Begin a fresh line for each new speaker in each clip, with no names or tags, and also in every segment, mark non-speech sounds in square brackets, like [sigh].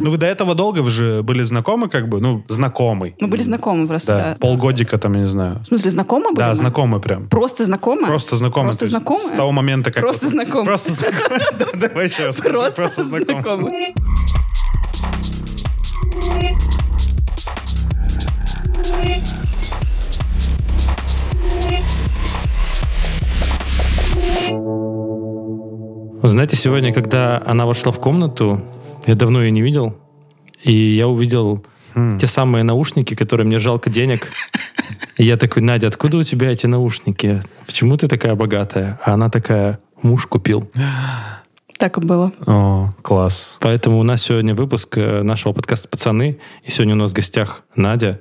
Ну, вы до этого долго вы же были знакомы, как бы, ну, знакомы.
Мы были знакомы просто, да.
Полгодика там, я не знаю.
В смысле, знакомы были?
Да,
мы?
знакомы прям.
Просто знакомы?
Просто знакомы.
Просто
То есть
знакомы?
С того момента, как...
Просто
вот-
знакомы.
Просто
[laughs]
знакомы. Да, Давай еще раз скажи,
Просто,
Просто знакомы.
знакомы.
Знаете, сегодня, когда она вошла в комнату, я давно ее не видел, и я увидел те самые наушники, которые мне жалко денег. И я такой, Надя, откуда у тебя эти наушники? Почему ты такая богатая? А она такая, муж купил.
Так и было.
О, класс.
Поэтому у нас сегодня выпуск э, нашего подкаста «Пацаны», и сегодня у нас в гостях Надя,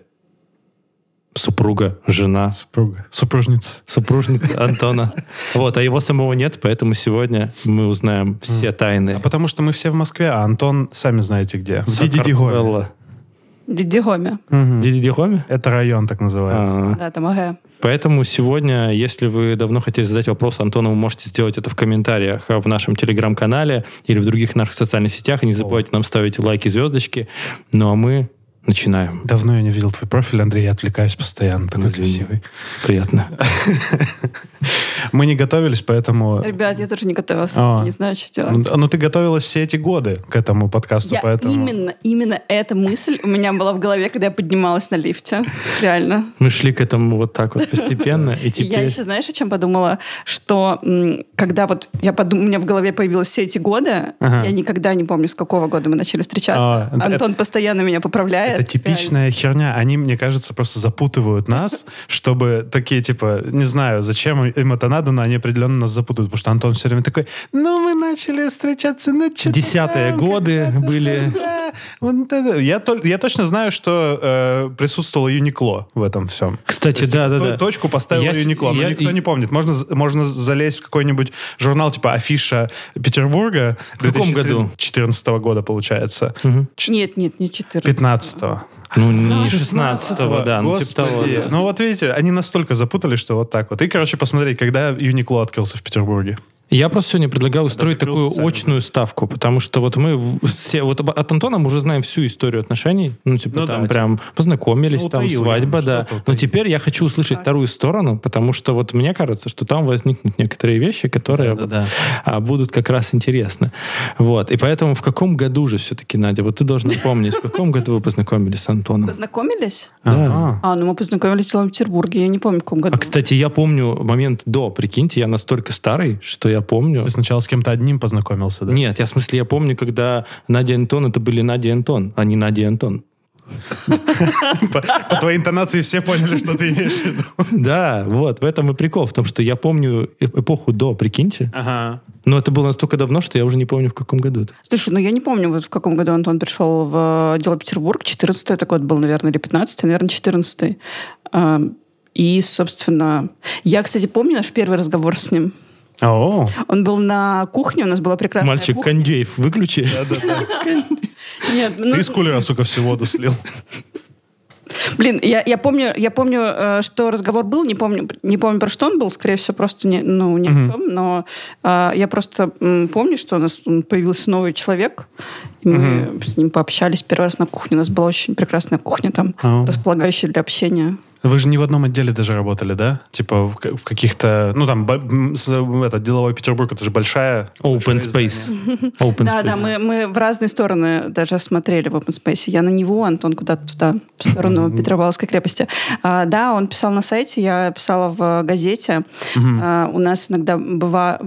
супруга, жена,
Супруга. Супружница.
супружница Антона. Вот, а его самого нет, поэтому сегодня мы узнаем все тайны.
Потому что мы все в Москве, а Антон, сами знаете где. В Дидидигоме.
Сакартвелла.
Диди Гоми.
Дидидигоме?
Это район так называется.
А,
Да, там АГ.
Поэтому сегодня, если вы давно хотели задать вопрос Антону, вы можете сделать это в комментариях а, в нашем телеграм-канале или в других наших социальных сетях. И не забывайте нам ставить лайки, звездочки. Ну а мы начинаем.
Давно я не видел твой профиль, Андрей, я отвлекаюсь постоянно, такой
Извини.
красивый.
Приятно.
Мы не готовились, поэтому...
Ребят, я тоже не готовилась.
А.
Не знаю, что делать.
Ну, ты готовилась все эти годы к этому подкасту,
Я
поэтому...
именно, именно эта мысль у меня была в голове, когда я поднималась на лифте. Реально.
Мы шли к этому вот так вот постепенно, и
И Я
теперь...
еще, знаешь, о чем подумала? Что м, когда вот я подум... у меня в голове появилось все эти годы,
Ага.
я никогда не помню, с какого года мы начали встречаться.
А, это-
Антон постоянно меня поправляет.
Это типичная херня. Они, мне кажется, просто запутывают
[laughs]
нас, чтобы такие, типа, не знаю, зачем им это надо, но они определенно нас запутают, потому что Антон все время такой, ну, мы начали встречаться, ну, чё ты
Десятые
там,
годы
когда-то,
были».
да, вот это». Я, тол- я точно знаю, что э, присутствовало Юникло в этом всем.
Кстати,
То есть, типа,
да, да,
то-
да.
Точку поставила
Я с-
Юникло, но
я-
никто
и-
не помнит. Можно, з- можно залезть в какой-нибудь журнал, типа, афиша Петербурга.
В каком году?
2014 года, получается.
Нет, нет, не 14.
15
Ну, не 16-го, да. Ну, типа того,
Господи.
да.
Ну, вот видите, они настолько запутались, что вот так вот. И, короче, посмотреть, когда Юникло открылся в Петербурге.
Я просто сегодня предлагаю устроить
закрыл
такую
социальный.
очную ставку, потому что вот мы в- все, вот об- от Антона мы уже знаем всю историю отношений, ну типа
Ну,
там
да,
прям познакомились,
Ну,
там
утаил я,
свадьба,
ну,
да.
что-то утаил.
Но теперь я хочу услышать вторую сторону, потому что вот мне кажется, что там возникнут некоторые вещи, которые вот, а, будут как раз интересны. Вот и поэтому в каком году же все-таки Надя, вот ты должна помнить, в каком году вы познакомились с Антоном?
Познакомились?
Да.
А, ну мы познакомились в Целом Петербурге, я не помню, в каком году.
А, кстати, я помню момент до. Прикиньте, я настолько старый, что я помню.
Ты сначала с кем-то одним познакомился, да?
Нет, я в смысле, я помню, когда Надя и Антон, это были Надя и Антон, а не Надя и Антон.
По, по твоей интонации все поняли, что ты имеешь в виду.
[laughs] Да, вот, в этом и прикол, в том, что я помню э- эпоху до, прикиньте.
Ага.
Но это было настолько давно, что я уже не помню, в каком году это.
Слушай, ну я не помню, вот в каком году Антон пришел в э, Дело Петербург. 14 это год был, наверное, или 15 наверное, 14 И, собственно, я, кстати, помню наш первый разговор с ним.
[laughs] О,
Он был на кухне, у нас была прекрасная
Мальчик
кухня.
Кондеев, выключи.
Нет, ну,
ты из кулера, сука, всю воду слил.
блин, я, я помню, я помню, э, что разговор был, не помню, не помню, про что он был, скорее всего, просто не, ну, ни о чем, но э, я просто м, помню, что у нас м, появился новый человек, и мы с ним пообщались первый раз на кухне. У нас была очень прекрасная кухня там,
Ау.
располагающая для общения.
Вы же не в одном отделе даже работали, да? Типа в, ка- в каких-то... Ну, там, бо- м, с- это, деловой Петербург, это же большая...
Open
большое
Space.
издание.
[laughs]
Open
да,
Space.
да, мы, мы в разные стороны даже смотрели в Open Space. Я на него, Антон куда-то туда, в сторону Петропавловской крепости. А, да, он писал на сайте, я писала в э, газете. А, у нас иногда быва...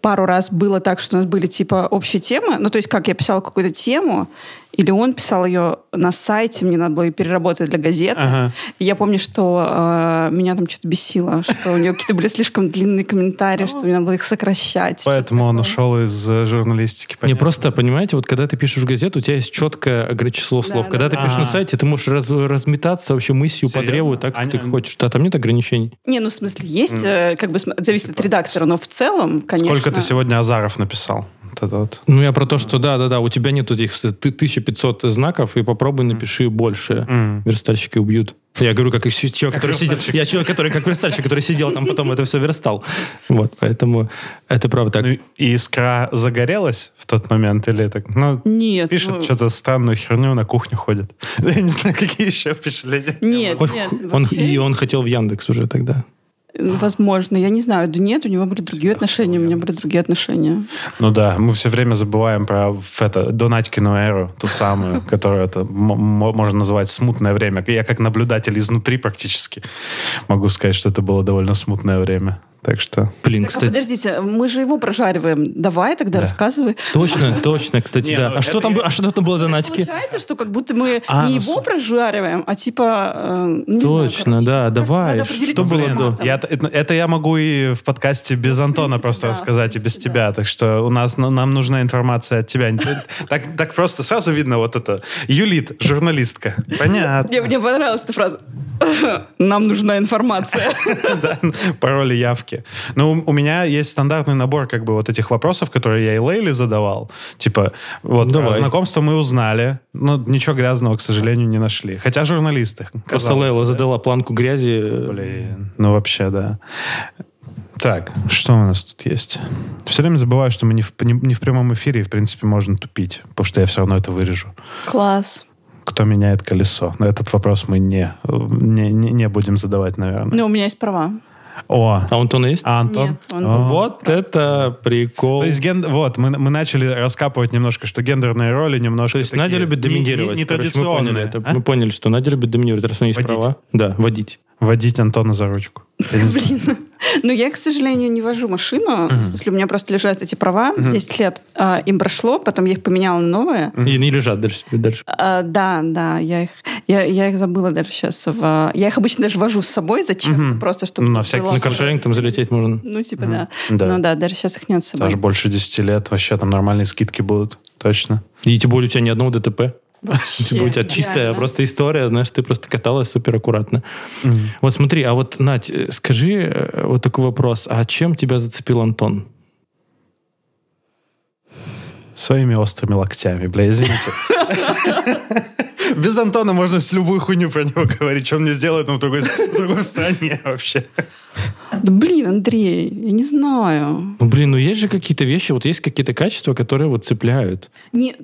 пару раз было так, что у нас были типа общие темы. Ну, то есть как я писала какую-то тему, или он писал ее на сайте, мне надо было ее переработать для газеты.
Ага.
И я помню, что э, меня там что-то бесило, что у нее какие-то были слишком длинные комментарии, что мне надо было их сокращать.
Поэтому он ушел из э, журналистики.
Не,
понятно.
просто, понимаете, вот когда ты пишешь в газету, у тебя есть четкое огр- число слов.
да,
когда ты
да.
пишешь на
А.
сайте, ты можешь раз- разметаться вообще мыслью по
Серьезно?
древу, так, как
Они- э,
ты хочешь. Да, там нет ограничений.
Не, ну в смысле, есть, э, как бы см- зависит от редактора, но в целом, конечно.
Сколько сколько ты сегодня Азаров написал? Вот это вот.
Ну, я про то, что да-да-да, у тебя нет этих ст- ты- 1500 знаков, и попробуй напиши больше.
М.
Верстальщики убьют. Я говорю, как и щ- человек,
Как
который сидел...
верстальщик.
Я человек, который как верстальщик, который сидел там, потом это все верстал. Вот, поэтому это правда так.
Ну, и искра загорелась в тот момент или так? Ну,
Нет.
пишет
ну,
что-то странную херню, на кухню ходит. [laughs] Я не знаю, какие еще впечатления.
Нет,
Ой,
нет.
он,
вообще. ну,
и он хотел в Яндекс уже тогда.
Возможно, я не знаю. Да нет, у него были
Типа,
другие отношения, у меня были другие отношения.
Ну да, мы все время забываем про в это, Донатькину эру, ту самую, [laughs] которую это м- м- можно назвать смутное время. Я как наблюдатель изнутри практически могу сказать, что это было довольно смутное время. Так что...
Блин,
Так, а
кстати,
подождите, мы же его прожариваем. Давай тогда
Да.
рассказывай.
точно, точно, кстати,
Не,
да.
ну,
А что
это
там,
я-
было- а что там было донатики?
Получается, что как будто мы
А,
не
ну,
его
слушай.
прожариваем, а типа... э, ну, не знаю,
Точно,
короче.
да, давай.
надо определиться
Что
с
было
форматом.
до?
Я, это, это я могу и в подкасте без Антона
принципе,
просто
да,
рассказать, и
в
без
принципе,
тебя. Так что у нас ну, нам нужна информация от тебя. Не- Так, так просто сразу видно вот это. Юлит, журналистка.
Мне,
Понятно.
мне понравилась эта фраза. [laughs] Нам нужна информация.
Да, пароли явки. Но у, у меня есть стандартный набор как бы вот этих вопросов, которые я и Лейли задавал. Типа, вот, про
Давай.
знакомство мы узнали, но ничего грязного, к сожалению, не нашли. Хотя журналисты.
Просто
казалось.
Лейла задала планку грязи.
Блин, ну вообще, да. Так, что у нас тут есть? Все время забываю, что мы не в, не, не в прямом эфире, и, в принципе, можно тупить, потому что я все равно это вырежу.
Класс.
Кто меняет колесо? На этот вопрос мы не, не, не, не будем задавать, наверное.
Ну, у меня есть права.
О,
А он-то он есть?
а Антон?
Нет, он-
О.
Вот это прикол.
То есть, ген... вот, мы, мы начали раскапывать немножко, что гендерные роли немножко
То есть
такие
Надя любит
не- не-
доминировать. Короче, мы
Нетрадиционные.
поняли это.
а?
Мы поняли, что Надя любит доминировать, раз у нее есть
Водить.
права. Да, водить.
А? Водить Антона за
[laughs]
ручку. Я не знаю.
Ну, я, к сожалению, не вожу машину. В смысле, у меня просто лежат эти права 10 лет. а, Им прошло, потом я их поменяла на новые.
И не лежат дальше. дальше.
А, да, да, я их, я, я их забыла даже сейчас. В, а, я их обычно даже вожу с собой зачем-то, просто чтобы...
Ну, на всякий-
было-
На каршеринг там залететь можно.
Ну, типа, да.
Да.
Ну да, даже сейчас их нет с собой.
Даже больше 10 лет. Вообще там нормальные скидки будут. Точно.
И тем более у тебя ни одного ДТП.
Вообще,
[laughs] Типа у тебя чистая
реально.
просто история, знаешь, ты просто каталась супер аккуратно. Вот смотри, а вот, Надь, э, скажи э, вот такой вопрос. А чем тебя зацепил Антон?
Своими острыми локтями, бля, извините. [laughs] Без Антона можно с любую хуйню про него говорить. Что мне сделает он в другой, в другой стране вообще.
Да блин, Андрей, я не знаю.
Ну, блин, ну есть же какие-то вещи, вот есть какие-то качества, которые вот цепляют.
Не,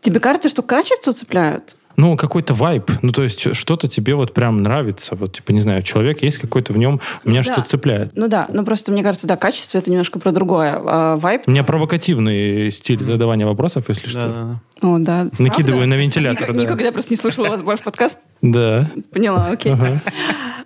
тебе кажется, что качество цепляют?
Ну, какой-то вайб. Ну, то есть что-то тебе вот прям нравится. Вот, типа, не знаю, человек есть какой-то в нем, меня
да.
что-то цепляет.
Ну да, ну просто мне кажется, да, качество это немножко про другое. А вайп,
У меня провокативный стиль задавания вопросов, если что.
о, да.
Накидываю
Правда?
на вентилятор,
Ник-
да.
Никогда просто не слышала вас ваш подкаст.
Да.
Поняла, окей.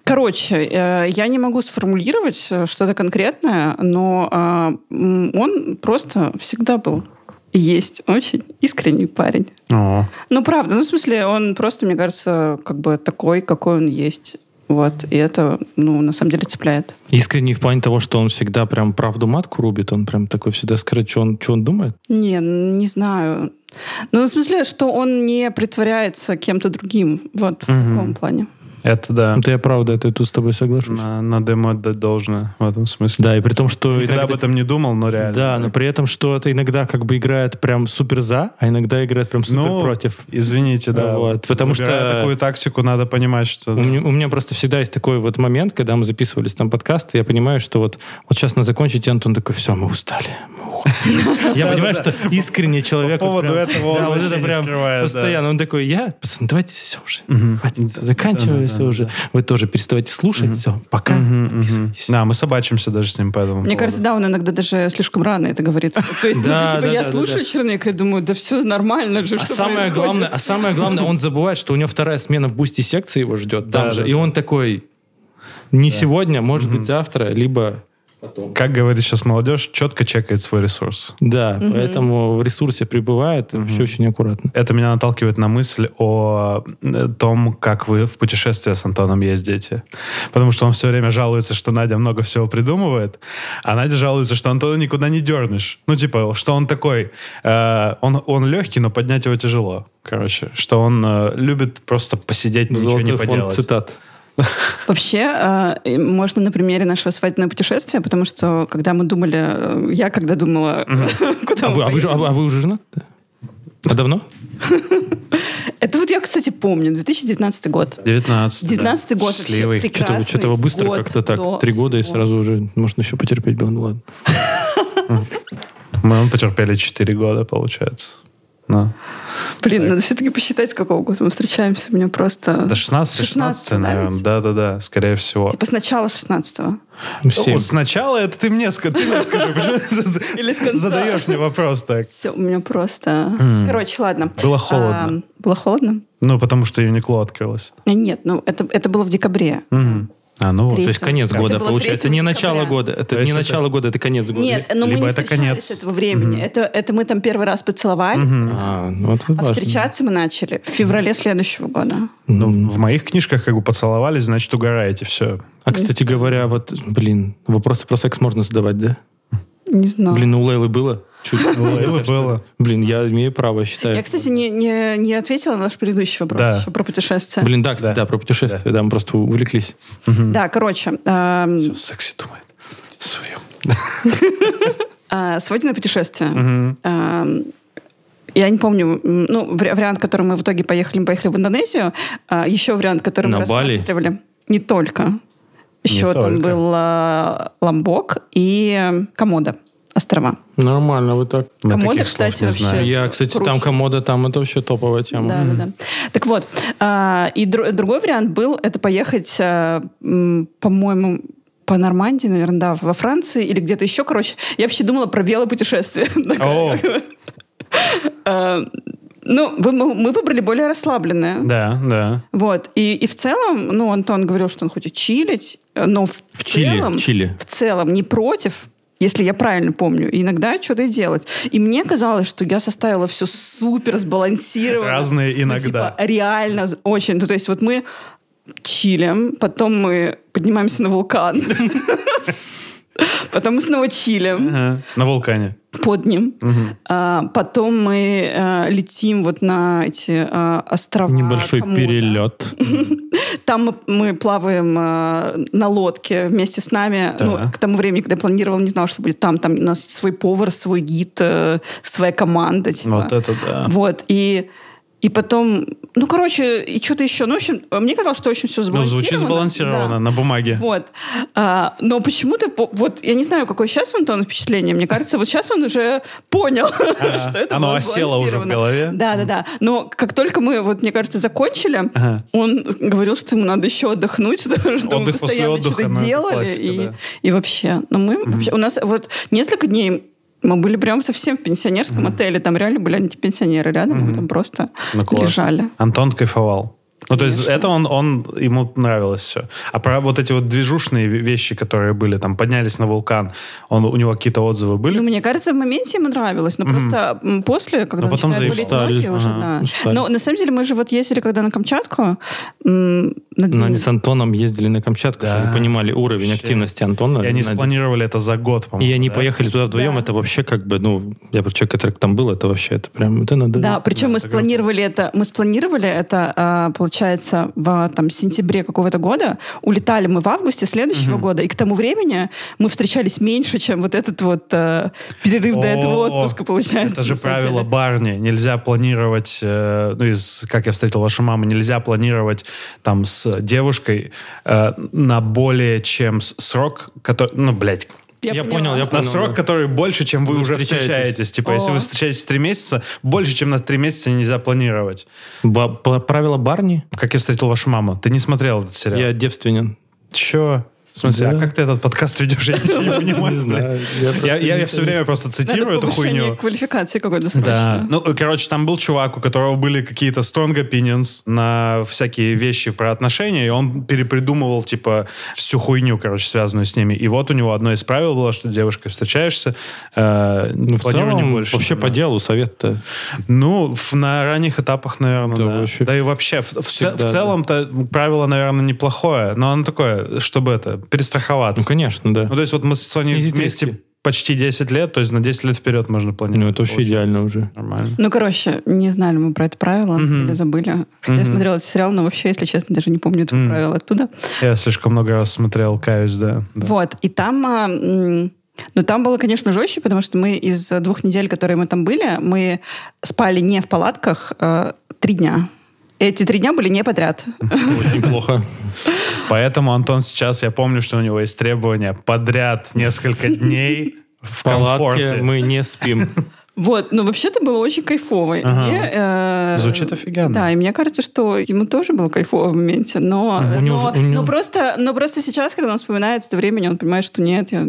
Короче, э, я не могу сформулировать э, что-то конкретное, но э, м, он просто всегда был и есть очень искренний парень.
О,
Ну, правда. Ну, в смысле, он просто, мне кажется, как бы такой, какой он есть. Вот. И это, ну, на самом деле цепляет.
Искренне в плане того, что он всегда прям правду матку рубит, он прям такой всегда скажет, что он, что он думает.
Не, не знаю. Ну, в смысле, что он не притворяется кем-то другим. Вот, в таком плане.
это да.
Это я правда, это я тут с тобой соглашусь.
На- Надо ему отдать должное в этом смысле.
Да, ну и при том, что
Никогда об
иногда...
этом не думал, но реально.
Да, но при этом, что это иногда как бы играет прям супер за, а иногда играет прям супер
Ну,
против.
Извините, да.
Вот, потому
Выбирая
что-
такую тактику, надо понимать, что...
У меня, у меня просто всегда есть такой вот момент, когда мы записывались там подкасты, я понимаю, что вот, вот сейчас на закончите, Антон такой, все, мы устали. мы уходим». Я понимаю, что [laughs] искренне человек...
По
вот
поводу
прям-
этого он
да, вот
вообще
это
не
прям
скрывает, да.
Постоянно. Он такой, я, пацаны, давайте все уже. Хватит,
Да,
заканчивай
да,
все
да,
уже. Вы тоже переставайте слушать, все, пока, подписывайтесь.
Да, мы собачимся даже с ним по этому
Мне кажется, да, он иногда даже слишком рано это
[laughs]
говорит. То есть, ну,
Да,
типа,
да,
я
да, да,
слушаю
да.
Черника и думаю, да все нормально же,
А
что
самое,
происходит?
главное, а самое главное, он забывает, что у него вторая смена в бусте секции его ждет там
Да,
же.
да,
И он такой, не сегодня, может быть завтра, либо...
Как говорит сейчас молодежь, четко чекает свой ресурс.
Да, поэтому в ресурсе прибывает, все очень аккуратно.
Это меня наталкивает на мысль о э, том, как вы в путешествие с Антоном ездите. Потому что он все время жалуется, что Надя много всего придумывает, а Надя жалуется, что Антона никуда не дернешь. Ну, типа, что он такой... э, он, он легкий, но поднять его тяжело. Короче, что он э, любит просто посидеть, ничего не
Золотой фонд
поделать.
цитат.
Вообще, э, можно на примере нашего свадебного путешествия, потому что когда мы думали, э, я когда думала, [laughs] куда
А
мы
вы, а вы же- а
поедем.
вы- а вы уже женат? А давно?
Это вот я, кстати, помню, 2019 год.
19. да.
19 год вообще
Счастливый.
прекрасный
Что-то, что-то вы быстро
год
как-то
до
так. Три года и
всего.
сразу уже можно еще потерпеть было. Ну ладно.
Мы потерпели 4 года, получается. Да.
Блин, надо все-таки посчитать, с какого года мы встречаемся. У меня просто...
До 16, 16,
16,
наверное.
ведь?
Да-да-да, скорее всего.
Типа с начала 16-го. Ну,
Семь.
О, сначала это ты мне, ска- ты мне скажи, почему ты за- [laughs]
Или с конца.
задаешь мне вопрос так.
Все, у меня просто... Короче, ладно.
Было холодно.
А, было холодно?
Ну, потому что Юникло открылось.
А, Нет, ну это, это было в декабре.
Мгм. А, ну вот.
То есть
третьего.
конец
Это
года,
было
получается.
3
Не
декабря.
начало года.
То
Это
есть
не
это-
начало года, это конец года.
Нет, ну мы
Либо
не
это
встречались
конец.
этого времени. Это, это мы там первый раз поцеловались.
А, ну это
А
важно.
встречаться мы начали в феврале следующего года.
Ну, в моих книжках как бы поцеловались, значит, угораете, все.
А, кстати говоря, вот, блин, вопросы про секс можно задавать, да?
Не знаю.
Блин, ну у Лейлы было? Чуть не
Было, было.
Блин, я имею право, считаю.
Я, кстати, не, не, не ответила на наш предыдущий вопрос
Да.
еще про путешествия.
Блин, да, кстати,
Да.
да, про путешествия, да. мы просто увлеклись.
Да, короче, эм,
Секси думает. Своем.
э, свадебное путешествие. Эм, я не помню, м, ну, вари- вариант, который мы в итоге поехали, мы поехали в Индонезию. А, еще вариант, который мы
На Бали?
рассматривали. Не только. Еще
Не
там
только.
был э, Ламбок и э, Комода острова.
Нормально, вы так.
Я
Комода,
таких слов
кстати,
не
вообще.
знаю.
Я, кстати, там
Круче.
комода, там это вообще топовая тема.
Да, да, да. Так вот, а, и дру- другой вариант был это поехать, а, м, по-моему, по Нормандии, наверное, да, во Франции или где-то еще. Короче, я вообще думала про [laughs] велопутешествие.
О,
А, Ну, вы- мы мы выбрали более расслабленное.
да, да.
Вот. И, и в целом, ну, Антон говорил, что он хочет чилить, э, но в,
В Чили,
целом,
Чили.
в целом не против, если я правильно помню, И иногда что-то и делать. И мне казалось, что я составила все супер сбалансированно.
Разные
Ну,
иногда.
типа, реально з- очень. Ну, то есть вот мы чилим, потом мы поднимаемся на вулкан, потом мы снова чилим
Ага. На вулкане.
под ним, А, потом мы э, летим вот на эти э, острова.
Небольшой
Комода.
перелет.
Там мы, мы плаваем э, на лодке вместе с нами.
Да.
Ну, к тому времени, когда я планировала, не знала, что будет там. Там у нас свой повар, свой гид, э, своя команда. Типа.
Вот это да.
Вот, и, и потом... Ну, короче, и что-то еще. Ну, в общем, мне казалось, что очень все
Ну,
сбалансировано.
звучит сбалансированно
Да.
на бумаге.
Вот. А, но почему-то, по- вот, я не знаю, какое сейчас у Антона впечатление, мне кажется, вот сейчас он уже понял, [laughs] что это
оно
было
осело уже в
сбалансировано.
голове.
Да-да-да. Но как только мы, вот, мне кажется, закончили,
Ага.
он говорил, что ему надо еще отдохнуть, [laughs] что, что мы
Отдых после
постоянно
отдыха, ну,
что-то
это
делали.
классика,
и,
да.
и вообще, но мы вообще- у нас вот несколько дней мы были прям совсем в пенсионерском отеле, там реально были эти пенсионеры рядом, мы там просто
Ну, класс.
лежали.
Антон кайфовал. Ну, то есть это он, он, ему нравилось все. А про вот эти вот движушные ве- вещи, которые были, там, поднялись на вулкан, он, у него какие-то отзывы
Ну,
были?
мне кажется, в моменте ему нравилось, но просто м, после, когда
Но А потом
начинают болеть
заебало.
ноги уже,
Ага,
да.
устали.
Но на самом деле мы же вот ездили когда на Камчатку, м, на две
Но они
недели.
с Антоном ездили на Камчатку,
Да.
чтобы вы понимали уровень
Вообще.
активности Антона.
И они
на-
спланировали это за год, по-моему.
И они
да?
поехали туда вдвоем, это вообще как бы, ну, я про человека, который там был, это вообще, это прям, это надо...
Да, причем мы
это круто.
спланировали это, мы спланировали это, а, получается, в там сентябре какого-то года. Улетали мы в августе следующего года, и к тому времени мы встречались меньше, чем вот этот вот э, перерыв до этого
О,
отпуска получается.
Это же
на самом
правило
деле.
Барни. Нельзя планировать, э, ну, из «Как я встретил вашу маму», нельзя планировать там с девушкой э, на более чем с- срок, который, ну, блядь,
Я,
Я
понял,
поняла. На
я
на
понял.
срок,
да.
который больше, чем вы,
Ну, Вы
уже встречаетесь.
встречаетесь.
Типа, если
О.
вы встречаетесь три месяца, больше, чем на три месяца нельзя планировать.
Ба- па- правило Барни?
Как я встретил вашу маму? Ты не смотрел этот сериал?
Я девственен.
Чё? В смысле,
Да.
а как ты этот подкаст ведешь? Я ничего
[laughs]
не понимаю. блин. Я,
Я просто
я-
не
я все время просто цитирую
Надо
эту
повышение
хуйню.
квалификации какой-то
Да.
срочно.
Ну, э, короче, там был чувак, у которого были какие-то strong opinions на всякие вещи про отношения, и он перепридумывал, типа, всю хуйню, короче, связанную с ними. И вот у него одно из правил было, что с девушкой встречаешься, э,
Ну, в
планируй не
целом,
больше.
вообще
Да.
по делу совет-то.
Ну, в- на ранних этапах, наверное,
Да,
да.
вообще
да и вообще, в, в ц- в
всегда,
целом-то правило, наверное, неплохое, но оно такое, чтобы это, перестраховаться.
Ну,
Ну,
конечно, да.
то есть вот мы с Соней
Снизить
вместе
риски.
почти 10 лет, то есть на 10 лет вперед можно планировать.
Ну, это вообще
получается.
идеально уже.
Нормально.
Ну, короче, не знали мы про это правило,
Мгм.
или забыли. Хотя я
Мгм.
смотрела этот сериал, но вообще, если честно, даже не помню этого
Мгм.
правила оттуда.
Я слишком много раз смотрел, каюсь, да. да.
Вот, и там... а, м, ну, там было, конечно, жестче, потому что мы из э, двух недель, которые мы там были, мы спали не в палатках э, три дня. Эти три дня были не подряд.
Очень плохо.
Поэтому Антон сейчас, я помню, что у него есть требования подряд несколько дней в
В палатке
комфорте.
мы не спим.
Вот, ну вообще-то было очень кайфово. И
Ага.
мне, э,
Звучит офигенно.
Да, и мне кажется, что ему тоже было кайфово в моменте, но,
Мгм. У него-
но,
у него-
но просто, но просто сейчас, когда он вспоминает это время, он понимает, что нет, я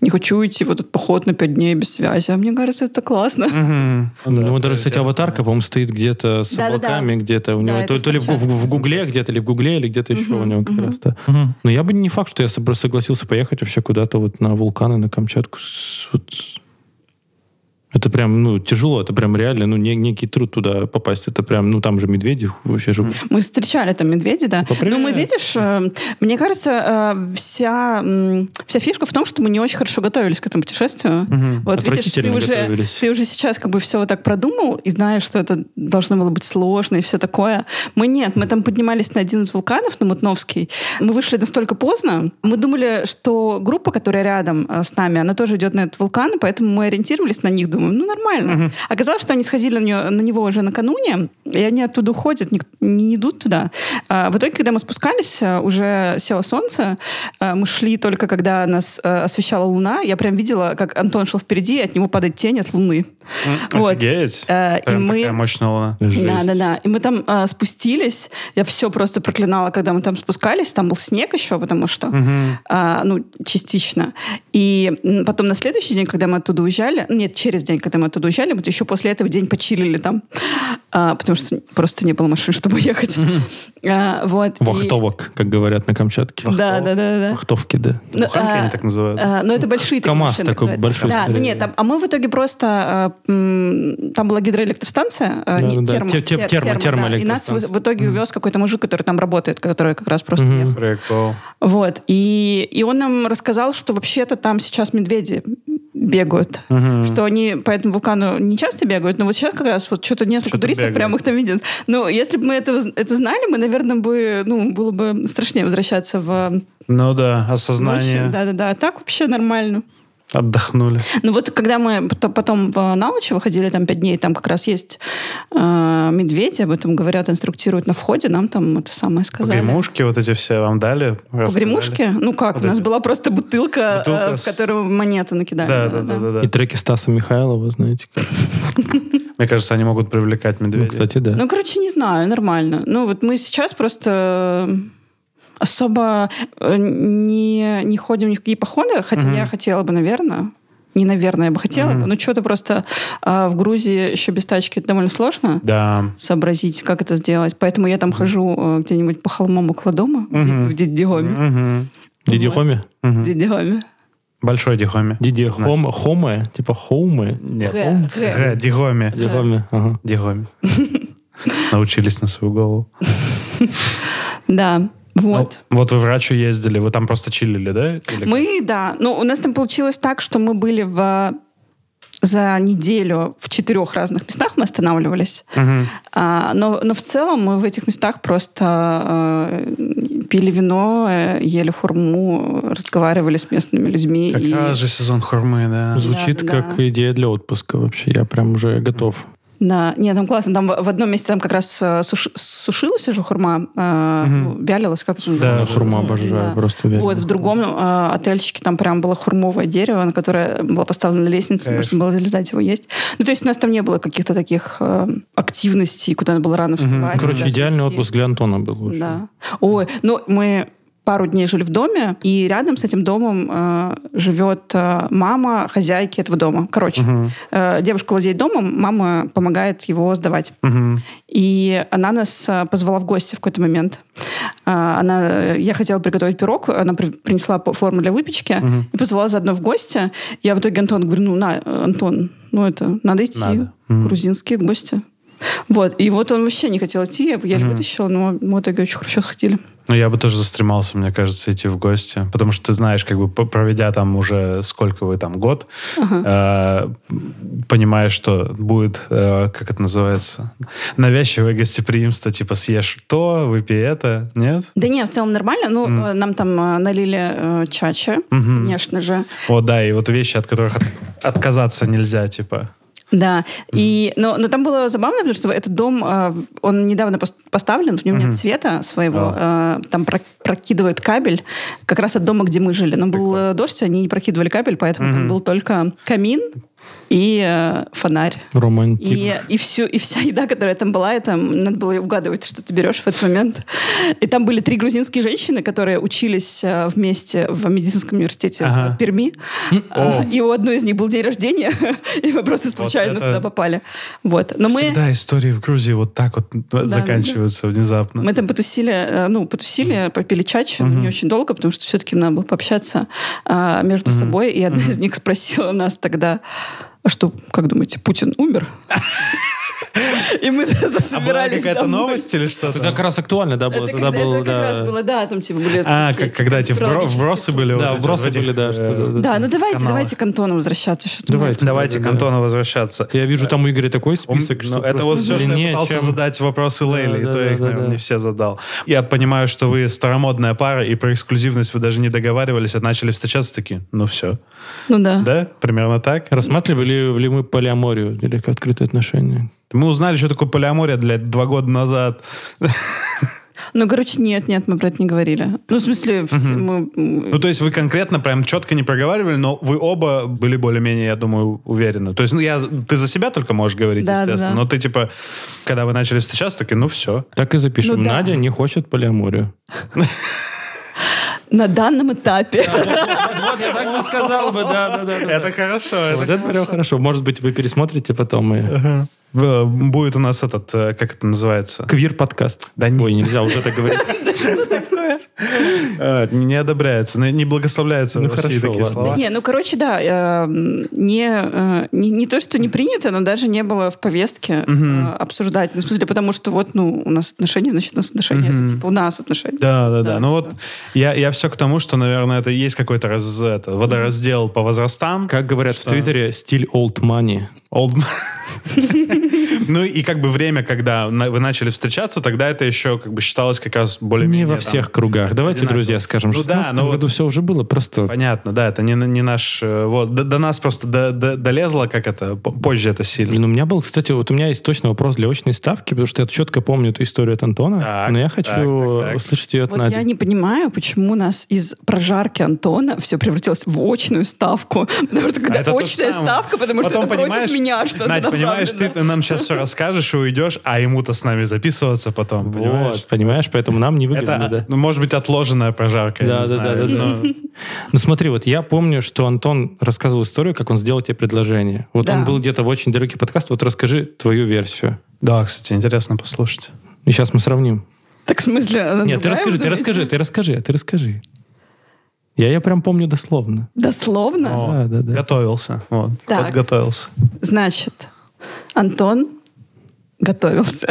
не хочу идти в этот поход на пять дней без связи. А мне кажется, это классно.
Мгм.
У него даже, кстати, аватарка, по-моему, стоит где-то с
Да-да-да.
облаками, где-то у него.
Да,
То
это
то ли в гу- в в Гугле где-то, или в Гугле, или где-то еще у него как раз. да.
Мгм.
Но я бы не факт, что я собра- согласился поехать вообще куда-то вот на вулканы, на Камчатку. С- вот. Это прям, ну, тяжело, это прям реально, ну, не- некий труд туда попасть. Это прям, ну, там же медведи вообще же.
Мы встречали там медведя, да.
Ну, привет.
Но мы, видишь, э, мне кажется, э, вся, м, вся фишка в том, что мы не очень хорошо готовились к этому путешествию. Вот видишь, ты
Отвратительно
уже,
готовились.
ты уже сейчас как бы все вот так продумал и знаешь, что это должно было быть сложно и все такое. Мы нет, мы там поднимались на один из вулканов, на Мутновский. Мы вышли настолько поздно. Мы думали, что группа, которая рядом э, с нами, она тоже идет на этот вулкан, и поэтому мы ориентировались на них, думаем, ну нормально. Оказалось, что они сходили на, неё- на него уже накануне, и они оттуда уходят, ник- не идут туда. А, В итоге, когда мы спускались, а, уже село солнце, а, мы шли только когда нас а, освещала луна, я прям видела, как Антон шел впереди, и от него падает тень от луны. Вот.
Офигеть.
Э, и
Прям
мы-
такая мощная луна.
Жесть.
Да, да, да. И мы там а, спустились. Я все просто проклинала, когда мы там спускались. Там был снег еще, потому что, а, ну, частично. И м, потом на следующий день, когда мы оттуда уезжали, нет, через день, когда мы оттуда уезжали, мы еще после этого день почилили там, А, потому что просто не было машин, чтобы [laughs] ехать. А, вот. И-
Вахтовок, как говорят на Камчатке.
Да, да, да, да.
Вахтовки, да.
Ну,
Буханки
а,
они так называют.
а, Но это большие такие
Ну, КамАЗ
машины
такой
называют.
большой
Да, ну
скорее.
нет, там- а мы в итоге просто... э, м, Там была гидроэлектростанция, э, не-
Да-да-да.
термо-
Те- те-
тер-
термо-
термо, да, и нас в
термоэлектростанция.
в итоге увез какой-то мужик, который там работает, который как раз просто
Мгм.
ехал.
Прикол.
Вот. И, и он нам рассказал, что вообще-то там сейчас медведи бегают. Что они по этому вулкану не часто бегают, но вот сейчас как раз вот что-то несколько
Что-то
туристов
бегают.
прям их там видят. Но если бы мы это, это знали, мы, наверное, бы, ну, было бы страшнее возвращаться в
Ну да,
Мухе.
осознание.
Да-да-да. А так вообще нормально.
Отдохнули.
Ну вот когда мы пото- потом в Налучи выходили, там пять дней, там как раз есть э, медведи, об этом говорят, инструктируют на входе, нам там это самое сказали.
Погремушки вот эти все вам дали? рассказали?
Погремушки? Ну как,
Вот
у нас
эти.
была просто бутылка,
Бутылка
э,
с-
в которую монеты накидали.
Да, да, да, да, да.
И треки Стаса Михайлова, знаете. как.
Мне кажется, они могут привлекать
Ну,
медведей.
кстати, да.
Ну, короче, не знаю, нормально. Ну вот мы сейчас просто э, особо э, не, не ходим ни в какие походы, хотя я хотела бы, наверное, не, наверное, я бы хотела бы, но что-то просто э, в Грузии еще без тачки это довольно сложно.
Да.
сообразить, как это сделать. Поэтому я там хожу э, где-нибудь по холмам около дома, в Ди- в Дидиоме.
Мгм.
Диди
вот.
Хоме?
В Дидиоме.
Большой дихоми.
Диди
Значит.
Хоме? Хоме? Типа Хоуме?
Нет.
Г, Г.
Г, дихоми.
Диди Хоме, ага.
Дихоми.
[laughs]
Научились на свою голову.
Да, вот.
Ну, Вот вы в Рачу ездили, вы там просто чилили, да? Или как?
Мы, да, ну у нас там получилось так, что мы были в за неделю в четырех разных местах мы останавливались.
Мгм.
А, но, но в целом мы в этих местах просто э, пили вино, э, ели хурму, разговаривали с местными людьми.
Как
и-
раз же сезон хурмы, да.
Звучит
да, да.
как идея для отпуска вообще. Я прям уже готов.
Да, нет, там классно. Там в в одном месте там как раз э, суш- сушилась уже хурма, э, ну, вялилась, как это
Да,
За
называется?
хурма обожаю,
Да.
просто уверен.
Вот, в другом э, отельчике там прям было хурмовое дерево, на которое была поставлена лестница,
Э.
Кайф.
можно было залезать его есть. Ну, то есть у нас там не было каких-то таких э, активностей, куда надо было рано вставать.
Ну, Короче,
куда-то
идеальный
идти.
отпуск для Антона был. вообще.
Да. Ой, ну мы пару дней жили в доме, и рядом с этим домом э, живет э, мама хозяйки этого дома. Короче, э, девушка владеет домом, мама помогает его сдавать.
Мгм.
И она нас э, позвала в гости в какой-то момент. А, Она, я хотела приготовить пирог, она при- принесла по- форму для выпечки и позвала заодно в гости. Я в итоге Антон говорю, ну, на, э, Антон, ну это, надо идти.
Надо.
Грузинские гости. Вот. И вот он вообще не хотел идти, я его еле вытащила, но мы в итоге очень хорошо сходили.
Ну, я бы тоже застремался, мне кажется, идти в гости. Потому что ты знаешь, как бы по- проведя там уже сколько вы там, год, э, понимаешь, что будет, э, как это называется, навязчивое гостеприимство, типа съешь то, выпей это, нет?
Да не, в целом нормально. Ну, э, нам там э, налили э, чача, конечно же.
О, да, и вот вещи, от которых от- отказаться нельзя, типа.
Да, и, но, но там было забавно, потому что этот дом, э, в- он недавно пос- поставлен, в нем нет цвета своего, э, там про- прокидывают кабель, как раз от дома, где мы жили. Но был э, дождь, они не прокидывали кабель, поэтому там был только камин и э, фонарь.
Романтик.
И, и, всю, и вся еда, которая там была, это надо было её угадывать, что ты берешь в этот момент. И там были три грузинские женщины, которые учились э, вместе в медицинском университете
Ага.
в Перми. А, И у одной из них был день рождения, [laughs] и мы просто случайно
это-
туда попали. Вот. Но мы,
Всегда истории в Грузии вот так вот заканчиваются внезапно.
мы там потусили, э, ну, потусили, попили чачи, но не очень долго, потому что все-таки надо было пообщаться а, между собой. И одна из них спросила нас тогда, а что, как думаете, Путин умер? И мы за-
А была
засобирались
какая-то
домой.
новость или что-то?
Тогда как раз актуально, да, было.
Это
Тогда
когда- это
был,
как
да.
раз было, да, там типа были...
А, как-
такие, типа,
когда эти вбро-
конспирологические
вбросы были? вот
Да,
эти вот
вбросы
в этих,
были, да,
э,
что-то,
Да, ну давайте,
каналы.
давайте к Антону возвращаться. Что ты думаешь?
Давайте.
Давайте к
Да-да-да.
Антону возвращаться.
Я вижу там у Игоря такой
Он-
список,
ну,
что
это
просто
вот все, что я
длиннее,
пытался
чем-
задать вопросы Лейли, и
да,
то я их,
да,
наверное,
да.
не все задал. Я понимаю, что вы старомодная пара, и про эксклюзивность вы даже не договаривались, а начали встречаться такие, ну все.
Ну да.
Да? Примерно так?
Рассматривали ли мы полиаморию или как открытые отношения?
Мы узнали, что такое полиамория, для два года назад.
Ну, короче, нет, нет, мы про это не говорили. Ну, в смысле, вс- мы... м,
Ну, то есть вы конкретно прям четко не проговаривали, но вы оба были более-менее, я думаю, уверены. То есть ну, я, ты за себя только можешь говорить,
Да, да,
естественно,
да.
но ты, типа, когда вы начали встречаться, такие, ну все.
Так и запишем.
Ну да.
Надя не хочет полиаморию.
На данном этапе.
[laughs] Вот я так бы сказал бы, да, да, да.
Это хорошо.
Вот это прям хорошо. Может быть, вы пересмотрите потом и
Э, Будет у нас этот, э, как это называется?
квир-подкаст.
Да не-
Ой, нельзя уже так говорить.
Э, Не одобряется, не не благословляется в
Ну,
России
хорошо,
такие
ладно.
слова.
Не, ну, короче, да, э, м, не, э, не, не то, что не принято, но даже не было в повестке э, обсуждать. Ну, в смысле, потому что вот, ну, у нас отношения, значит, у нас отношения. Это типа у нас отношения.
Да, да, да.
Да,
ну вот я, я все к тому, что, наверное, это есть какой-то раз, это, водораздел по возрастам.
Как говорят в Твиттере, стиль old money.
Old man. Ну и как бы время, когда на- вы начали встречаться, тогда это еще как бы считалось как раз более-менее...
Не во
там,
всех кругах. Давайте,
одинаково.
друзья, скажем, в
Ну да,
16
ну вот-
году все уже было, просто
Понятно, да, это не, не наш... э, Вот, до, до нас просто до- до- долезло, как это, п- позже это сильно.
Блин, у меня был, кстати, вот у меня есть точно вопрос для очной ставки, потому что я четко помню эту историю от Антона,
Так,
но я хочу
так, так, так.
услышать ее от
Вот
Нади.
я не понимаю, почему у нас из прожарки Антона все превратилось в очную ставку. [laughs] Потому что
А
когда
это то же
очная
самое.
ставка, потому что
Потом,
это
понимаешь,
против меня что-то
Надь, понимаешь, ты
направлено.
ты нам сейчас все расскажешь и уйдешь, а ему-то с нами записываться потом,
Вот,
понимаешь?
понимаешь? поэтому нам не выгодно,
Это,
да.
ну, может быть, отложенная прожарка, я
Да,
не
да,
знаю.
да, да, да.
но-
Ну смотри, вот я помню, что Антон рассказывал историю, как он сделал тебе предложение. Вот
Да.
он был где-то в очень далекий подкаст, вот расскажи твою версию.
Да, кстати, интересно послушать.
И сейчас мы сравним.
Так в смысле? она
Нет, ты
другая,
расскажи,
вы
ты
думаете?
расскажи, ты расскажи, ты расскажи. Я ее прям помню дословно.
Дословно?
О,
да, да.
Готовился. Вот,
Так.
подготовился.
Значит, Антон готовился.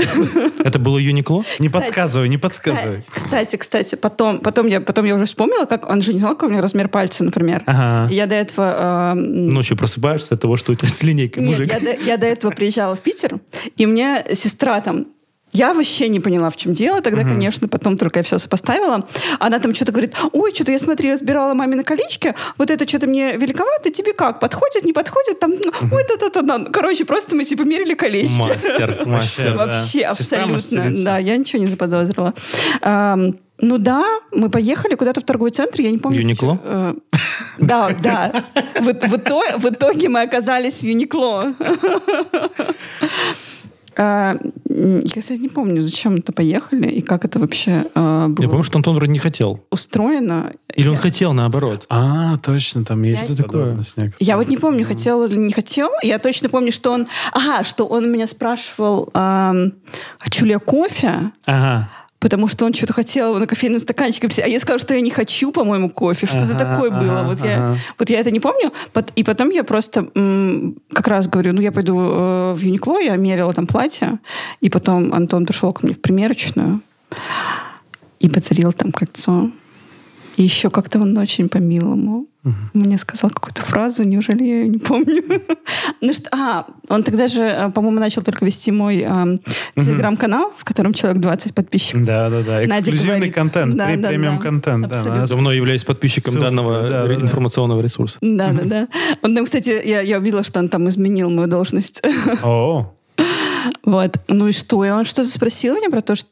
Это было Юникло?
Не подсказывай, не подсказывай.
Э, Кстати, кстати, потом, потом, я, потом я уже вспомнила, как он же не знал, какой у меня размер пальца, например.
Ага.
И Я до этого... эм,
Ночью просыпаешься от того, что у тебя с линейкой
Нет,
Ну, мужик.
я до, я до этого приезжала в Питер, и мне сестра там... Я вообще не поняла, в чем дело. Тогда, конечно, потом только я все сопоставила. Она там что-то говорит, ой, что-то я, смотри, разбирала маме на колечке, вот это что-то мне великовато, тебе как, подходит, не подходит, там, ну, ой, та-та-та. да». Короче, просто мы, типа, мерили колечки.
Мастер, мастер.
Э, Да. Сестра
Вообще, абсолютно.
мастерица.
Да, я ничего не заподозрила. Ам, ну да, мы поехали куда-то в торговый центр, я не помню.
Юникло?
Э, Да, да. В в ито- в итоге мы оказались в Юникло. А, м, Я, кстати, не помню, зачем это поехали и как это вообще а,
Я помню,
было
что Антон вроде не хотел.
устроено.
Или он хотел наоборот.
А, точно, там есть
Что такое?
подробность некоторая.
Я вот не помню, хотел или не хотел. Я точно помню, что «А он... Ага, что он меня спрашивал, ам, хочу ли я кофе.
Ага.
потому что он что-то хотел на кофейном стаканчике. А я сказала, что я не хочу, по-моему, кофе. Что-то
Ага,
такое
ага,
было. Вот, я,
ага.
вот я это не помню. Пот- И потом я просто м, как раз говорю, ну, я пойду э, в Юникло, я мерила там платье. И потом Антон пришел ко мне в примерочную и подарил там кольцо. И еще как-то он очень по-милому мне сказал какую-то фразу, неужели я ее не помню? [laughs] Ну что, а, он тогда же, э, по-моему, начал только вести мой эм, телеграм-канал, в котором человек 20 подписчиков.
Да, да, да.
Надя
Эксклюзивный
говорит.
контент,
Да,
пре-
да,
премиум
да.
контент. да,
Абсолютно.
надо
Давно являюсь подписчиком
Ссылка,
данного
да, да,
ре-
да.
информационного ресурса.
Да, да, да. Он там, кстати, я, я увидела, что он там изменил мою должность. [laughs]
сказать. О,
Вот. Ну и что? И он что-то спросил меня про то, что...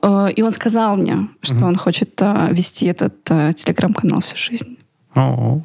э, и он сказал мне, что он хочет э, вести этот э, телеграм-канал всю жизнь.
о.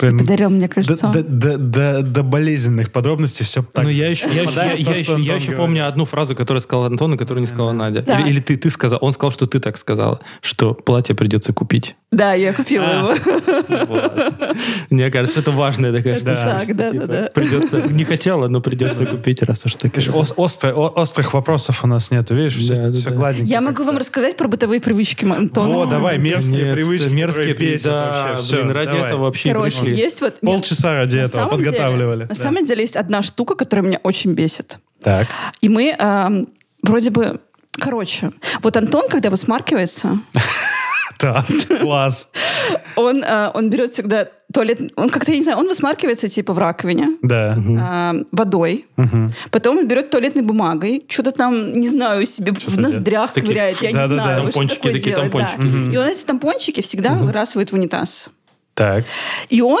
Блин,
Подарил мне
до,
кольцо.
до- до- до- до болезненных подробностей все так.
Ну,
же.
я еще, я еще, я,
Совпадает
я
то,
еще-
что
я
Антон
еще
говорит.
помню одну фразу, которую сказал Антон, и которую не сказала Надя.
Да.
Или, или ты, ты сказал. Он сказал, что ты так сказала, что платье придется купить.
Да, я купила
А.
его.
[laughs]
Мне кажется, это важная такая
Это
штука,
так,
что,
да,
типа,
да, да.
Придется, не хотела, но придется купить, раз уж так.
Ос- остро- о- острых вопросов у нас нету, видишь, все,
Да, да, да.
гладенько.
Я могу вам рассказать про бытовые привычки Антона.
О, давай, мерзкие
Нет,
привычки,
мерзкие
которые бесят
да,
вообще. Все,
блин, ради
давай.
этого вообще и
Короче,
пришли.
есть вот... нет,
Полчаса ради
на
этого
самом деле-
подготавливали.
на
Да.
самом деле есть одна штука, которая меня очень бесит.
Так.
И мы эм, вроде бы... Короче, вот Антон, когда высмаркивается,
Так, класс.
он, э, он берет всегда туалет... Он как-то, я не знаю, он высмаркивается типа в раковине,
Да.
э, водой. Потом он берет туалетной бумагой, что-то там, не знаю, себе в
делает.
ноздрях
Такие,
ковыряет, я не
да-да-да,
знаю. вот что
тампончики
такое
такие,
делает, да.
тампончики.
И он эти тампончики всегда выбрасывает в унитаз.
Так.
И он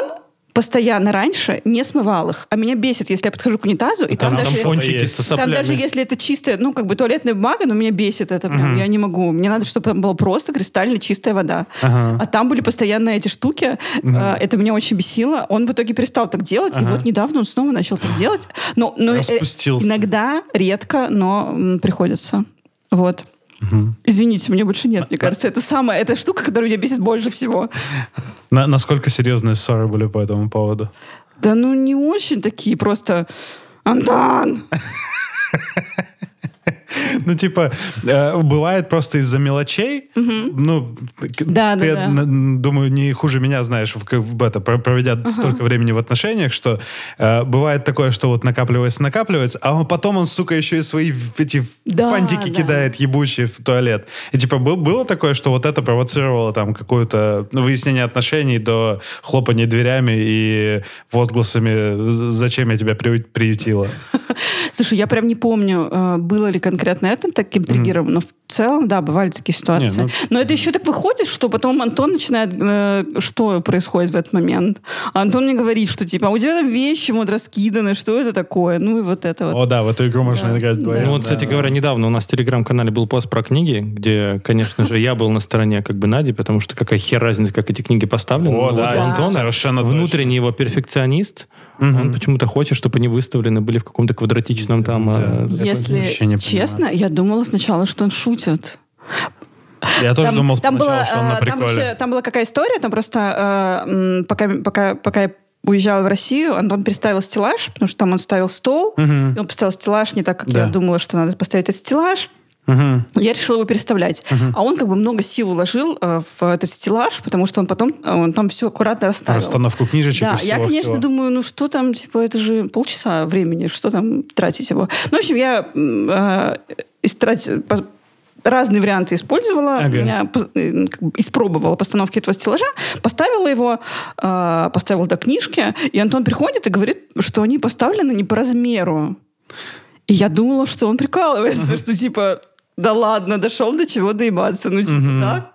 постоянно раньше не смывал их. А меня бесит, если я подхожу к унитазу, и там,
А Там,
даже...
что-то
тампончики
есть.
со
Там
соплями.
даже если это чистая, ну, как бы туалетная бумага, но меня бесит это прям, я не могу. Мне надо, чтобы там была просто кристально чистая вода.
Ага.
А там были постоянно эти штуки, э, это меня очень бесило. Он в итоге перестал так делать, и вот недавно он снова начал так делать. Но, но э,
Распустился.
иногда, редко, но м, приходится. Вот. Извините, мне больше нет, мне кажется. Это самая, эта штука, которая меня бесит больше всего.
На- насколько серьезные ссоры были по этому поводу?
Да ну не очень такие, просто... Антон!
[laughs] Ну, типа, э, бывает просто из-за мелочей. Ну, к-
Да, да,
ты,
да.
н- думаю, не хуже меня знаешь, в, к- в это, про- проведя столько времени в отношениях, что э, бывает такое, что вот накапливается, накапливается, а он, потом он, сука, еще и свои в- эти
Да,
фантики
да.
кидает ебучие в туалет. И, типа, был- было такое, что вот это провоцировало там какое-то ну, выяснение отношений до хлопания дверями и возгласами «З- «Зачем я тебя приют- приютила?»
Слушай, я прям не помню, э, было ли конкретно это таким триггером, но в целом, да, бывали такие ситуации.
Не, ну-
Но это еще так выходит, что потом Антон начинает, э, что происходит в этот момент. А Антон мне говорит, что типа, а у тебя там вещи вот раскиданы, что это такое? Ну и вот это вот.
О, да, в эту игру можно
Да.
играть вдвоем.
Ну, вот,
да,
кстати
да.
говоря, недавно у нас в телеграм-канале был пост про книги, где, конечно же, я был на стороне как бы Нади, потому что какая хер разница, как эти книги поставлены.
О,
Ну,
да,
вот у
да.
Антона
совершенно точно.
внутренний его перфекционист, он почему-то хочет, чтобы они выставлены были в каком-то квадратичном там... э,
Да. вообще
Если
не
честно, я думала сначала, что он шутит.
Я тоже думал сначала,
была,
что он на
э, там
приколе.
вообще- там была какая история, там просто э, м, пока, пока, пока я уезжала в Россию, Антон переставил стеллаж, потому что там он ставил стол, и он поставил стеллаж не так, как я
Да.
думала, что надо поставить этот стеллаж.
Мгм.
Я решила его переставлять. А он как бы много сил уложил э, в этот стеллаж, потому что он потом, э, он там все аккуратно
ну,
расставил.
Расстановку книжечек
Да,
и всего,
я, конечно,
всего.
думаю, ну что там, типа, это же полчаса времени, что там тратить его. Ну, в общем, я м, э, истрати- по- разные варианты использовала,
Ага.
я пос- э, как бы испробовала постановки этого стеллажа, поставила его, э, поставила до книжки, и Антон приходит и говорит, что они поставлены не по размеру. И я думала, что он прикалывается, что типа, да ладно, дошел до чего доебаться, ну типа так.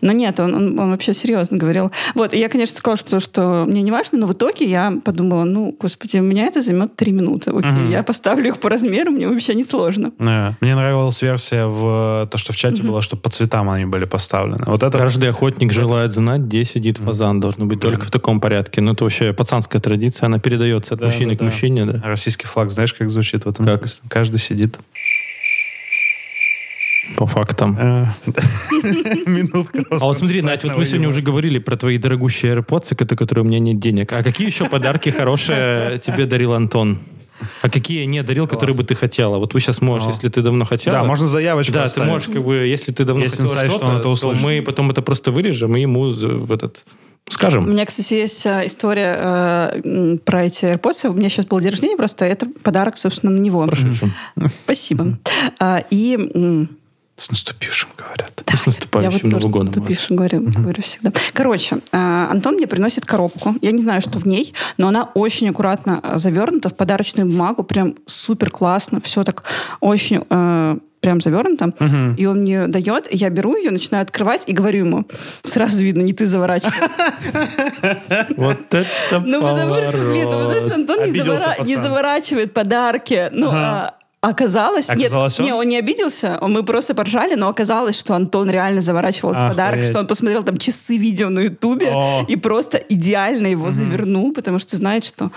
Но нет, он, он- он вообще серьезно говорил. Вот, и я, конечно, сказала, что, что мне не важно, но в итоге я подумала, ну, господи, у меня это займет три минуты. Окей, я поставлю их по размеру, мне вообще не сложно.
Да. Мне нравилась версия в э, то, что в чате было, что по цветам они были поставлены. Вот это
Каждый охотник желает знать, где сидит фазан. Должно быть только в таком порядке. Ну, это вообще пацанская традиция, она передается от
Да,
мужчины
да,
к
да.
мужчине, да.
российский флаг, знаешь, как звучит в этом?
Как?
смысле? Каждый сидит.
По фактам.
Э, [laughs] да. Минутка.
А вот смотри, Надь, вот мы сегодня уже говорили про
[laughs]
твои дорогущие AirPods, это которые у меня нет денег. А какие еще подарки хорошие тебе дарил Антон? А какие я не дарил, которые бы ты хотела? Вот вы сейчас можешь,
О.
если ты давно хотела.
Ну. Да, можно заявочку
Да, ты
оставить.
можешь, как бы, если ты давно
Если
хотела
инсайт, что
что-то,
он это
то
услышит.
мы потом это просто вырежем и ему за- в этот
У
скажем.
меня, кстати, есть э, история э, м, про эти AirPods. У меня сейчас был день рождения, просто это подарок, собственно, на него.
Прошедшим.
Спасибо. А, И м,
С наступившим, говорят.
С
я вот
наступающим
тоже
Новым годом. вас.
тупишь, говорю, говорю всегда. Короче, а, Антон мне приносит коробку. Я не знаю, что в ней, но она очень аккуратно а, завернута в подарочную бумагу. Прям супер классно. Все так очень э, прям завернуто. И он мне дает, и я беру ее, начинаю открывать и говорю ему. Сразу видно, не ты заворачиваешь.
Вот это
[laughs] Ну, потому что, блин, ну, потому что
поворот.
Антон не,
Обиделся,
завора- не
пацан.
заворачивает подарки. Ну,
Ага.
а Оказалось,
Оказалось,
нет,
он?
не, он не обиделся, он- мы просто поржали, но оказалось, что Антон реально заворачивал этот
Охуеть.
подарок, что он посмотрел там часы видео на Ютубе
О.
и просто идеально его завернул, потому что знает, что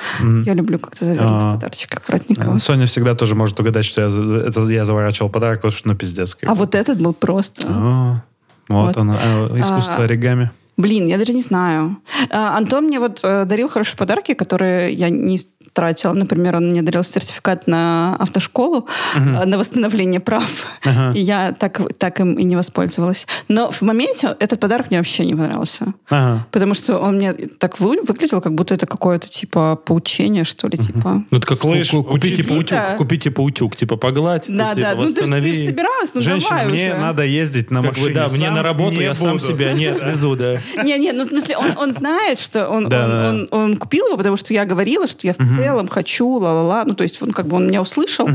я люблю как-то завернуть
А.
подарочек аккуратненько. А
Соня всегда тоже может угадать, что я, за- это я заворачивал подарок, потому что ну пиздец. как
А
бы.
вот этот был просто.
О,
Вот.
А, Вот оно, э, искусство
А.
оригами.
Блин, я даже не знаю. А, Антон мне вот э, дарил хорошие подарки, которые я не тратила. Например, он мне дарил сертификат на автошколу, э, на восстановление прав.
Ага.
И я так, так им и не воспользовалась. Но в моменте этот подарок мне вообще не понравился.
Ага.
Потому что он мне так вы- выглядел, как будто это какое-то типа поучение, что ли, типа...
Ну, это как
Слышь,
ку- ку- купите
учиться.
Да.
паутюк, купите паутюк, типа погладь,
Да,
типа,
да. Ну, ты же
восстанови.
собиралась, ну
Женщина,
давай
мне
уже.
надо ездить на
Как бы,
машине.
да, мне
Сам
на работу,
не
я сам
буду.
себя не отвезу, да.
Не, не, ну в смысле, он, он знает, что он,
Да, да,
он,
да.
он- он купил его, потому что я говорила, что я в целом хочу, ла-ла-ла. Ну, то есть, он как бы он меня услышал,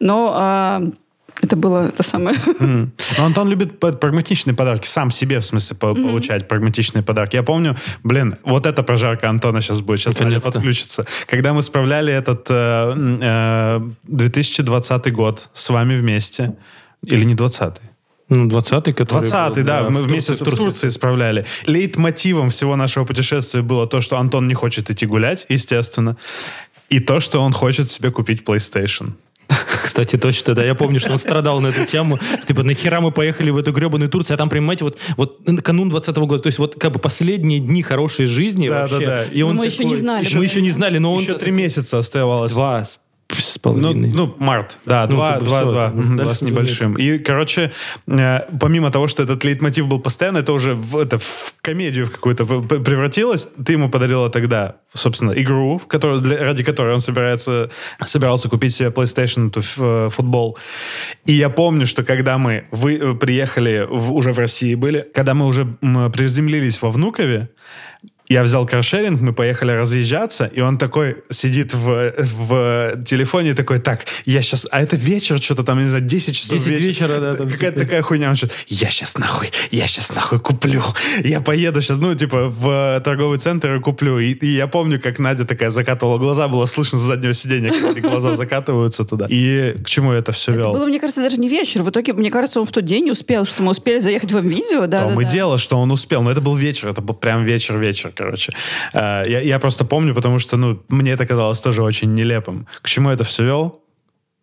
но а, это было то самое.
Мгм. Но Антон любит п- прагматичные подарки, сам себе, в смысле, по- получать прагматичные подарки. Я помню, блин, вот эта прожарка Антона сейчас будет, сейчас Надя
Наконец-то.
подключится. Когда мы справляли этот э, м, э, 2020 год с вами вместе, или не 20
Ну, 20-й, который...
20-й,
был,
да, мы
в
вместе
Турции-
с в Турции справляли. Лейтмотивом всего нашего путешествия было то, что Антон не хочет идти гулять, естественно, и то, что он хочет себе купить PlayStation.
Кстати, точно, да. Я помню, что он страдал на эту тему. Типа, нахера мы поехали в эту гребаную Турцию? А там, понимаете, вот, вот канун 20 года, то есть вот как бы последние дни хорошей жизни
Да, да,
вообще.
да.
И он
Ну, мы еще не знали,
Мы еще не знали, но Ну, он...
Еще три месяца оставалось.
Два с, с
Ну,
половиной.
ну, март. Да,
Ну,
два,
как бы
два,
всё,
два.
там
Мгм, два
дальше
с
уже
небольшим. И, короче, э, помимо того, что этот лейтмотив был постоянно, это уже в, это, в комедию в какую-то п- п- превратилось. Ты ему подарила тогда, собственно, игру, в которую, для- ради которой он собирается, собирался купить себе PlayStation, эту ф- э, футбол. И я помню, что когда мы вы, э, приехали, в- уже в России были, когда мы уже м, приземлились во Внукове, я взял каршеринг, мы поехали разъезжаться, и он такой сидит в, в телефоне и такой, так, я сейчас... А это вечер, что-то там, не знаю, 10 часов
10 вечера, да, там
Какая-то
типа.
такая хуйня. Он что я сейчас нахуй, я сейчас нахуй куплю. Я поеду сейчас, ну, типа, в э, торговый центр и куплю. И, и я помню, как Надя такая закатывала глаза, было слышно с заднего сиденья, как эти глаза закатываются туда. И к чему я это все вел?
Было, мне кажется, даже не вечер. В итоге, мне кажется, он в тот день не успел, что мы успели заехать в видео. Да,
том
да,
и
да.
дело, что он успел. Но это был вечер, это был прям вечер-вечер, короче. Э, Я, я просто помню, потому что, ну, мне это казалось тоже очень нелепым. К чему это все вел?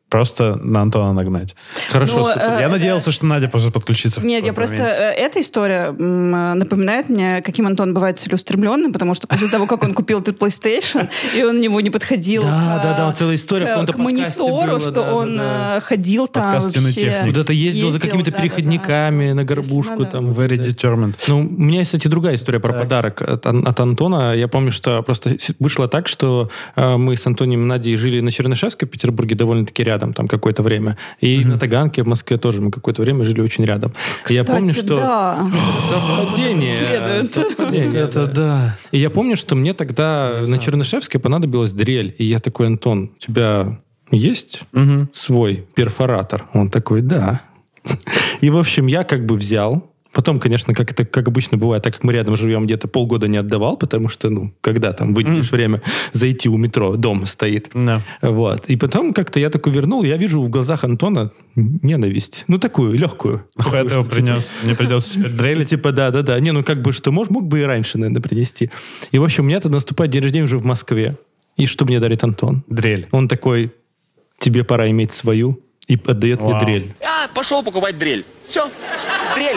Просто на Антона нагнать.
Хорошо,
ну,
супер.
э,
Я надеялся, что Надя просто подключится. в
Нет, я
какой-то
просто...
момент.
э, Эта история м, э, напоминает мне, каким Антон бывает целеустремленным, потому что после того, как он купил этот PlayStation, [laughs] и он у него не подходил
Да,
к,
да, да, целая история в
к-
каком-то
к
подкасте
монитору,
была,
что
да, да,
он
да.
э, ходил там
Подкаст
вообще.
«Кинотехник».
Куда-то ездил, за
Ну, Ездил,
какими-то
да, да, да,
переходниками
что-
на
если
горбушку
надо.
там.
Very determined.
Ну, у меня есть, кстати, другая история про подарок от, Ан- от Антона. Я помню, что просто с- вышло так, что э, мы с Антонием и Надей жили на Чернышевской в Петербурге довольно-таки рядом там какое-то время. И на Таганке в Москве тоже мы какое-то время жили очень рядом. И я
Кстати,
помню, что...
да.
[laughs] Совпадение.
Следует.
Совпадение, да.
да.
И я помню, что мне тогда на Чернышевской понадобилась дрель. И я такой, Антон, у тебя есть свой перфоратор? Он такой, да. И, в общем, я как бы взял. Потом, конечно, как это как обычно бывает, так как мы рядом живем, где-то полгода не отдавал, потому что, ну, когда там выделишь время зайти у метро, дом стоит.
Да.
Вот. И потом как-то я такой вернул, я вижу в глазах Антона ненависть. Ну, такую, легкую.
Нахуй я его принес? Мне придется теперь
Или
дрелить.
типа, да-да-да. Не, ну как бы, что мож, мог бы и раньше, наверное, принести. И, в общем, у меня тогда наступает день рождения уже в Москве. И что мне дарит Антон?
Дрель.
Он такой, тебе пора иметь свою, и отдает мне
Вау.
дрель.
А, пошел покупать дрель. Все, дрель.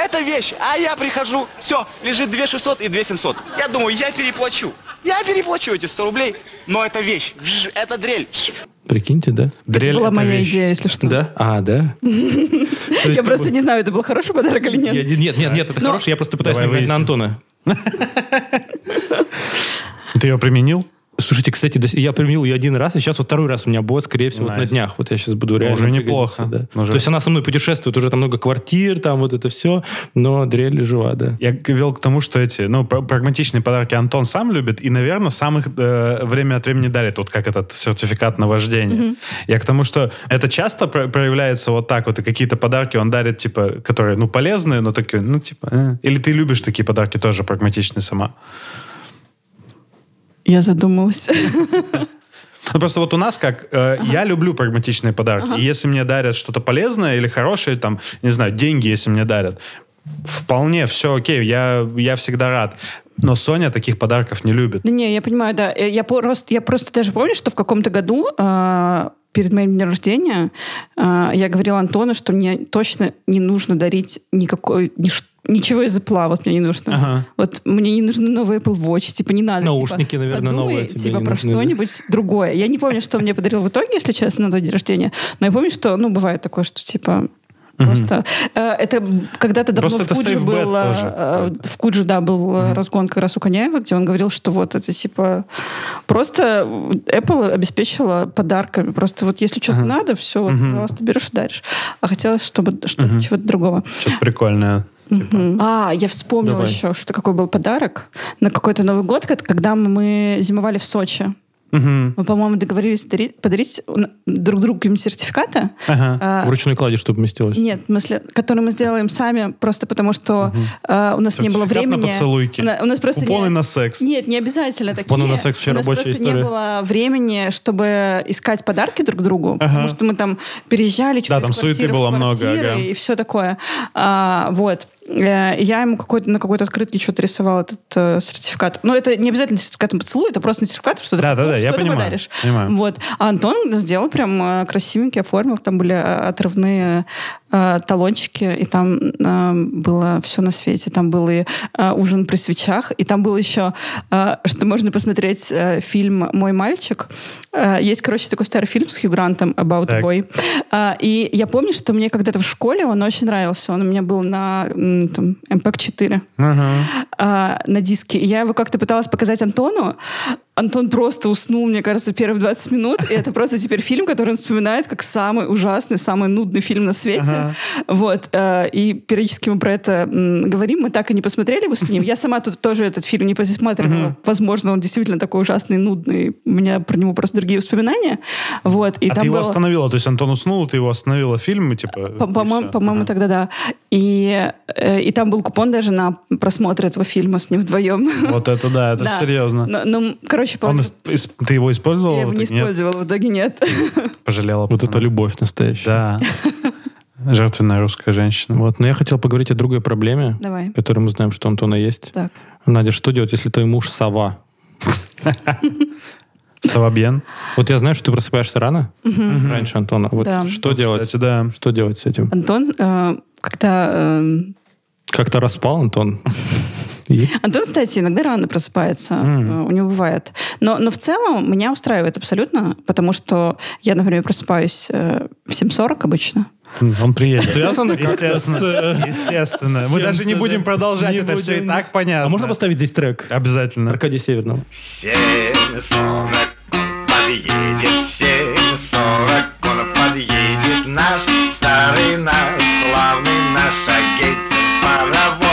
Это вещь. А я прихожу, все, лежит 2 600 и 2 700. Я думаю, я переплачу. Я переплачу эти 100 рублей, но это вещь. Вж, Это дрель.
Прикиньте, да?
Дрель
была
это
моя
вещь.
идея, если что.
Да?
[laughs]
А, да?
Я просто не знаю, это был хороший подарок или
Я-
нет.
Нет, нет, нет, это хороший, я просто пытаюсь
Давай
нагнать на
выясним.
Антона.
Ты ее применил?
Слушайте, кстати, до с- я применил ее один раз, и сейчас вот второй раз у меня будет, скорее всего, вот на
Найс.
днях. Вот я сейчас буду реально...
уже
пригодиться,
неплохо. Ну,
да.
Уже.
То есть она со мной путешествует, уже там много квартир, там вот это все, но дрель жива, да.
Я к- вел к тому, что эти, ну, пр- прагматичные подарки Антон сам любит, и, наверное, сам их э, время от времени дарит, вот как этот сертификат на вождение. Я к тому, что это часто про- проявляется вот так вот, и какие-то подарки он дарит, типа, которые, ну, полезные, но такие, ну, типа, э. или ты любишь такие подарки тоже прагматичные сама?
Я задумалась.
Ну, просто вот у нас как, э, я люблю прагматичные подарки. И если мне дарят что-то полезное или хорошее, там, не знаю, деньги, если мне дарят, вполне все окей, я, я всегда рад. Но Соня таких подарков не любит.
Да не, я понимаю, да. Э, Я просто, я просто даже помню, что в каком-то году а, перед моим днем рождения а, я говорила Антону, что мне точно не нужно дарить никакой ниш- ничего из Apple, вот мне не нужно.
Ага.
Вот мне не нужны новые Apple Watch, типа не надо.
Наушники,
типа,
наверное,
подумай,
новые тебе
типа
не
про
нужны, да.
что-нибудь другое. Я не помню, что он мне подарил в итоге, если честно, на тот день рождения. Но я помню, что, ну, бывает такое, что типа Просто э, это когда-то давно
Просто
в
это
Кудже
safe bet
был, э,
тоже.
э, в Кудже, да, был э, разгон как раз у Коняева, где он говорил, что вот это типа просто Apple обеспечила подарками. Просто вот если что-то надо, все, вот, пожалуйста, берешь и даришь. А хотелось, чтобы что- чего-то другого.
Что-то прикольное.
А, я вспомнила
Давай.
еще, что какой был подарок на какой-то Новый год, кот- когда мы зимовали в Сочи. Мы, по-моему, договорились дари- подарить н- друг другу им сертификаты. А,
Вручную кладешь, чтобы вместилось.
нет, в смысле, который мы сделаем сами, просто потому что э, у нас не было
Сертификат на
времени.
поцелуйки.
У на- У нас просто
Купоны
не...
на секс.
Нет, не обязательно такие.
Купоны на секс вообще
у нас
рабочая
просто
история.
не было времени, чтобы искать подарки друг другу, потому что мы там переезжали, что-то
Да, там
из квартиры
суеты
в
было много,
квартиры
ага.
и все такое. А, вот. Э, Я ему какой-то на какой-то открытке что-то рисовал этот э, сертификат. Но это не обязательно сертификат на поцелуй, это просто на сертификат, что ты,
Да, да, да,
что
я
ты
понимаю,
подаришь.
понимаю.
Вот. А Антон сделал прям э, красивенький, оформил. Там были э, отрывные э, талончики, и там э, было все на свете. Там был и э, ужин при свечах, и там был еще, э, что можно посмотреть э, фильм «Мой мальчик». Э, Есть, короче, такой старый фильм с Хью Грантом «About
Так.
a Boy». А, И я помню, что мне когда-то в школе он очень нравился. Он у меня был на м, там, MPEG-4 а, на диске. И я его как-то пыталась показать Антону. Антон просто уснул, мне кажется, первые 20 минут. И это просто теперь фильм, который он вспоминает как самый ужасный, самый нудный фильм на свете.
Ага.
Вот. э, И периодически мы про это м, говорим. Мы так и не посмотрели его с ним. Я сама тут тоже этот фильм не посматривала. Возможно, он действительно такой ужасный, нудный. У меня про него просто другие воспоминания. Вот. И
а
там
ты его
было-
остановила, то есть Антон уснул, ты его остановила фильм, и типа...
по-
и
По-моему,
всё.
по-моему, тогда да. И, э, и там был купон даже на просмотр этого фильма с ним вдвоем.
Вот это да, это
[laughs] Да.
серьезно.
Но- Ну, короче,
Он
по-
ис- ис- ты его использовал?
я его не
Ты- нет?
использовала, в итоге нет.
Пожалела.
Вот
пацана.
это любовь настоящая.
[laughs]
Да. Жертвенная русская женщина.
Вот, но я хотел поговорить о другой проблеме,
Давай.
которую мы знаем, что у Антона есть.
Так.
Надя, что делать, если твой муж сова?
Савабьен.
Вот я знаю, что ты просыпаешься рано, раньше Антона. Вот
Да.
что делать?
Кстати, да.
Что делать с этим?
Антон э, как-то... э,
Как-то распал Антон. И-
Антон, кстати, иногда рано просыпается, э, у него бывает. Но, но в целом меня устраивает абсолютно, потому что я, например, просыпаюсь э, в 7.40 обычно.
М, Он приедет.
Связано как-то
Естественно.
с, э,
Естественно. Мы
с
даже не
чем-то,
будем
да.
продолжать,
Не
это все и
будем.
так понятно.
А можно поставить здесь трек?
Обязательно.
Аркадия Северного.
семь сорок он подъедет, в семь сорок он подъедет наш старый наш славный наш агентин паровоз.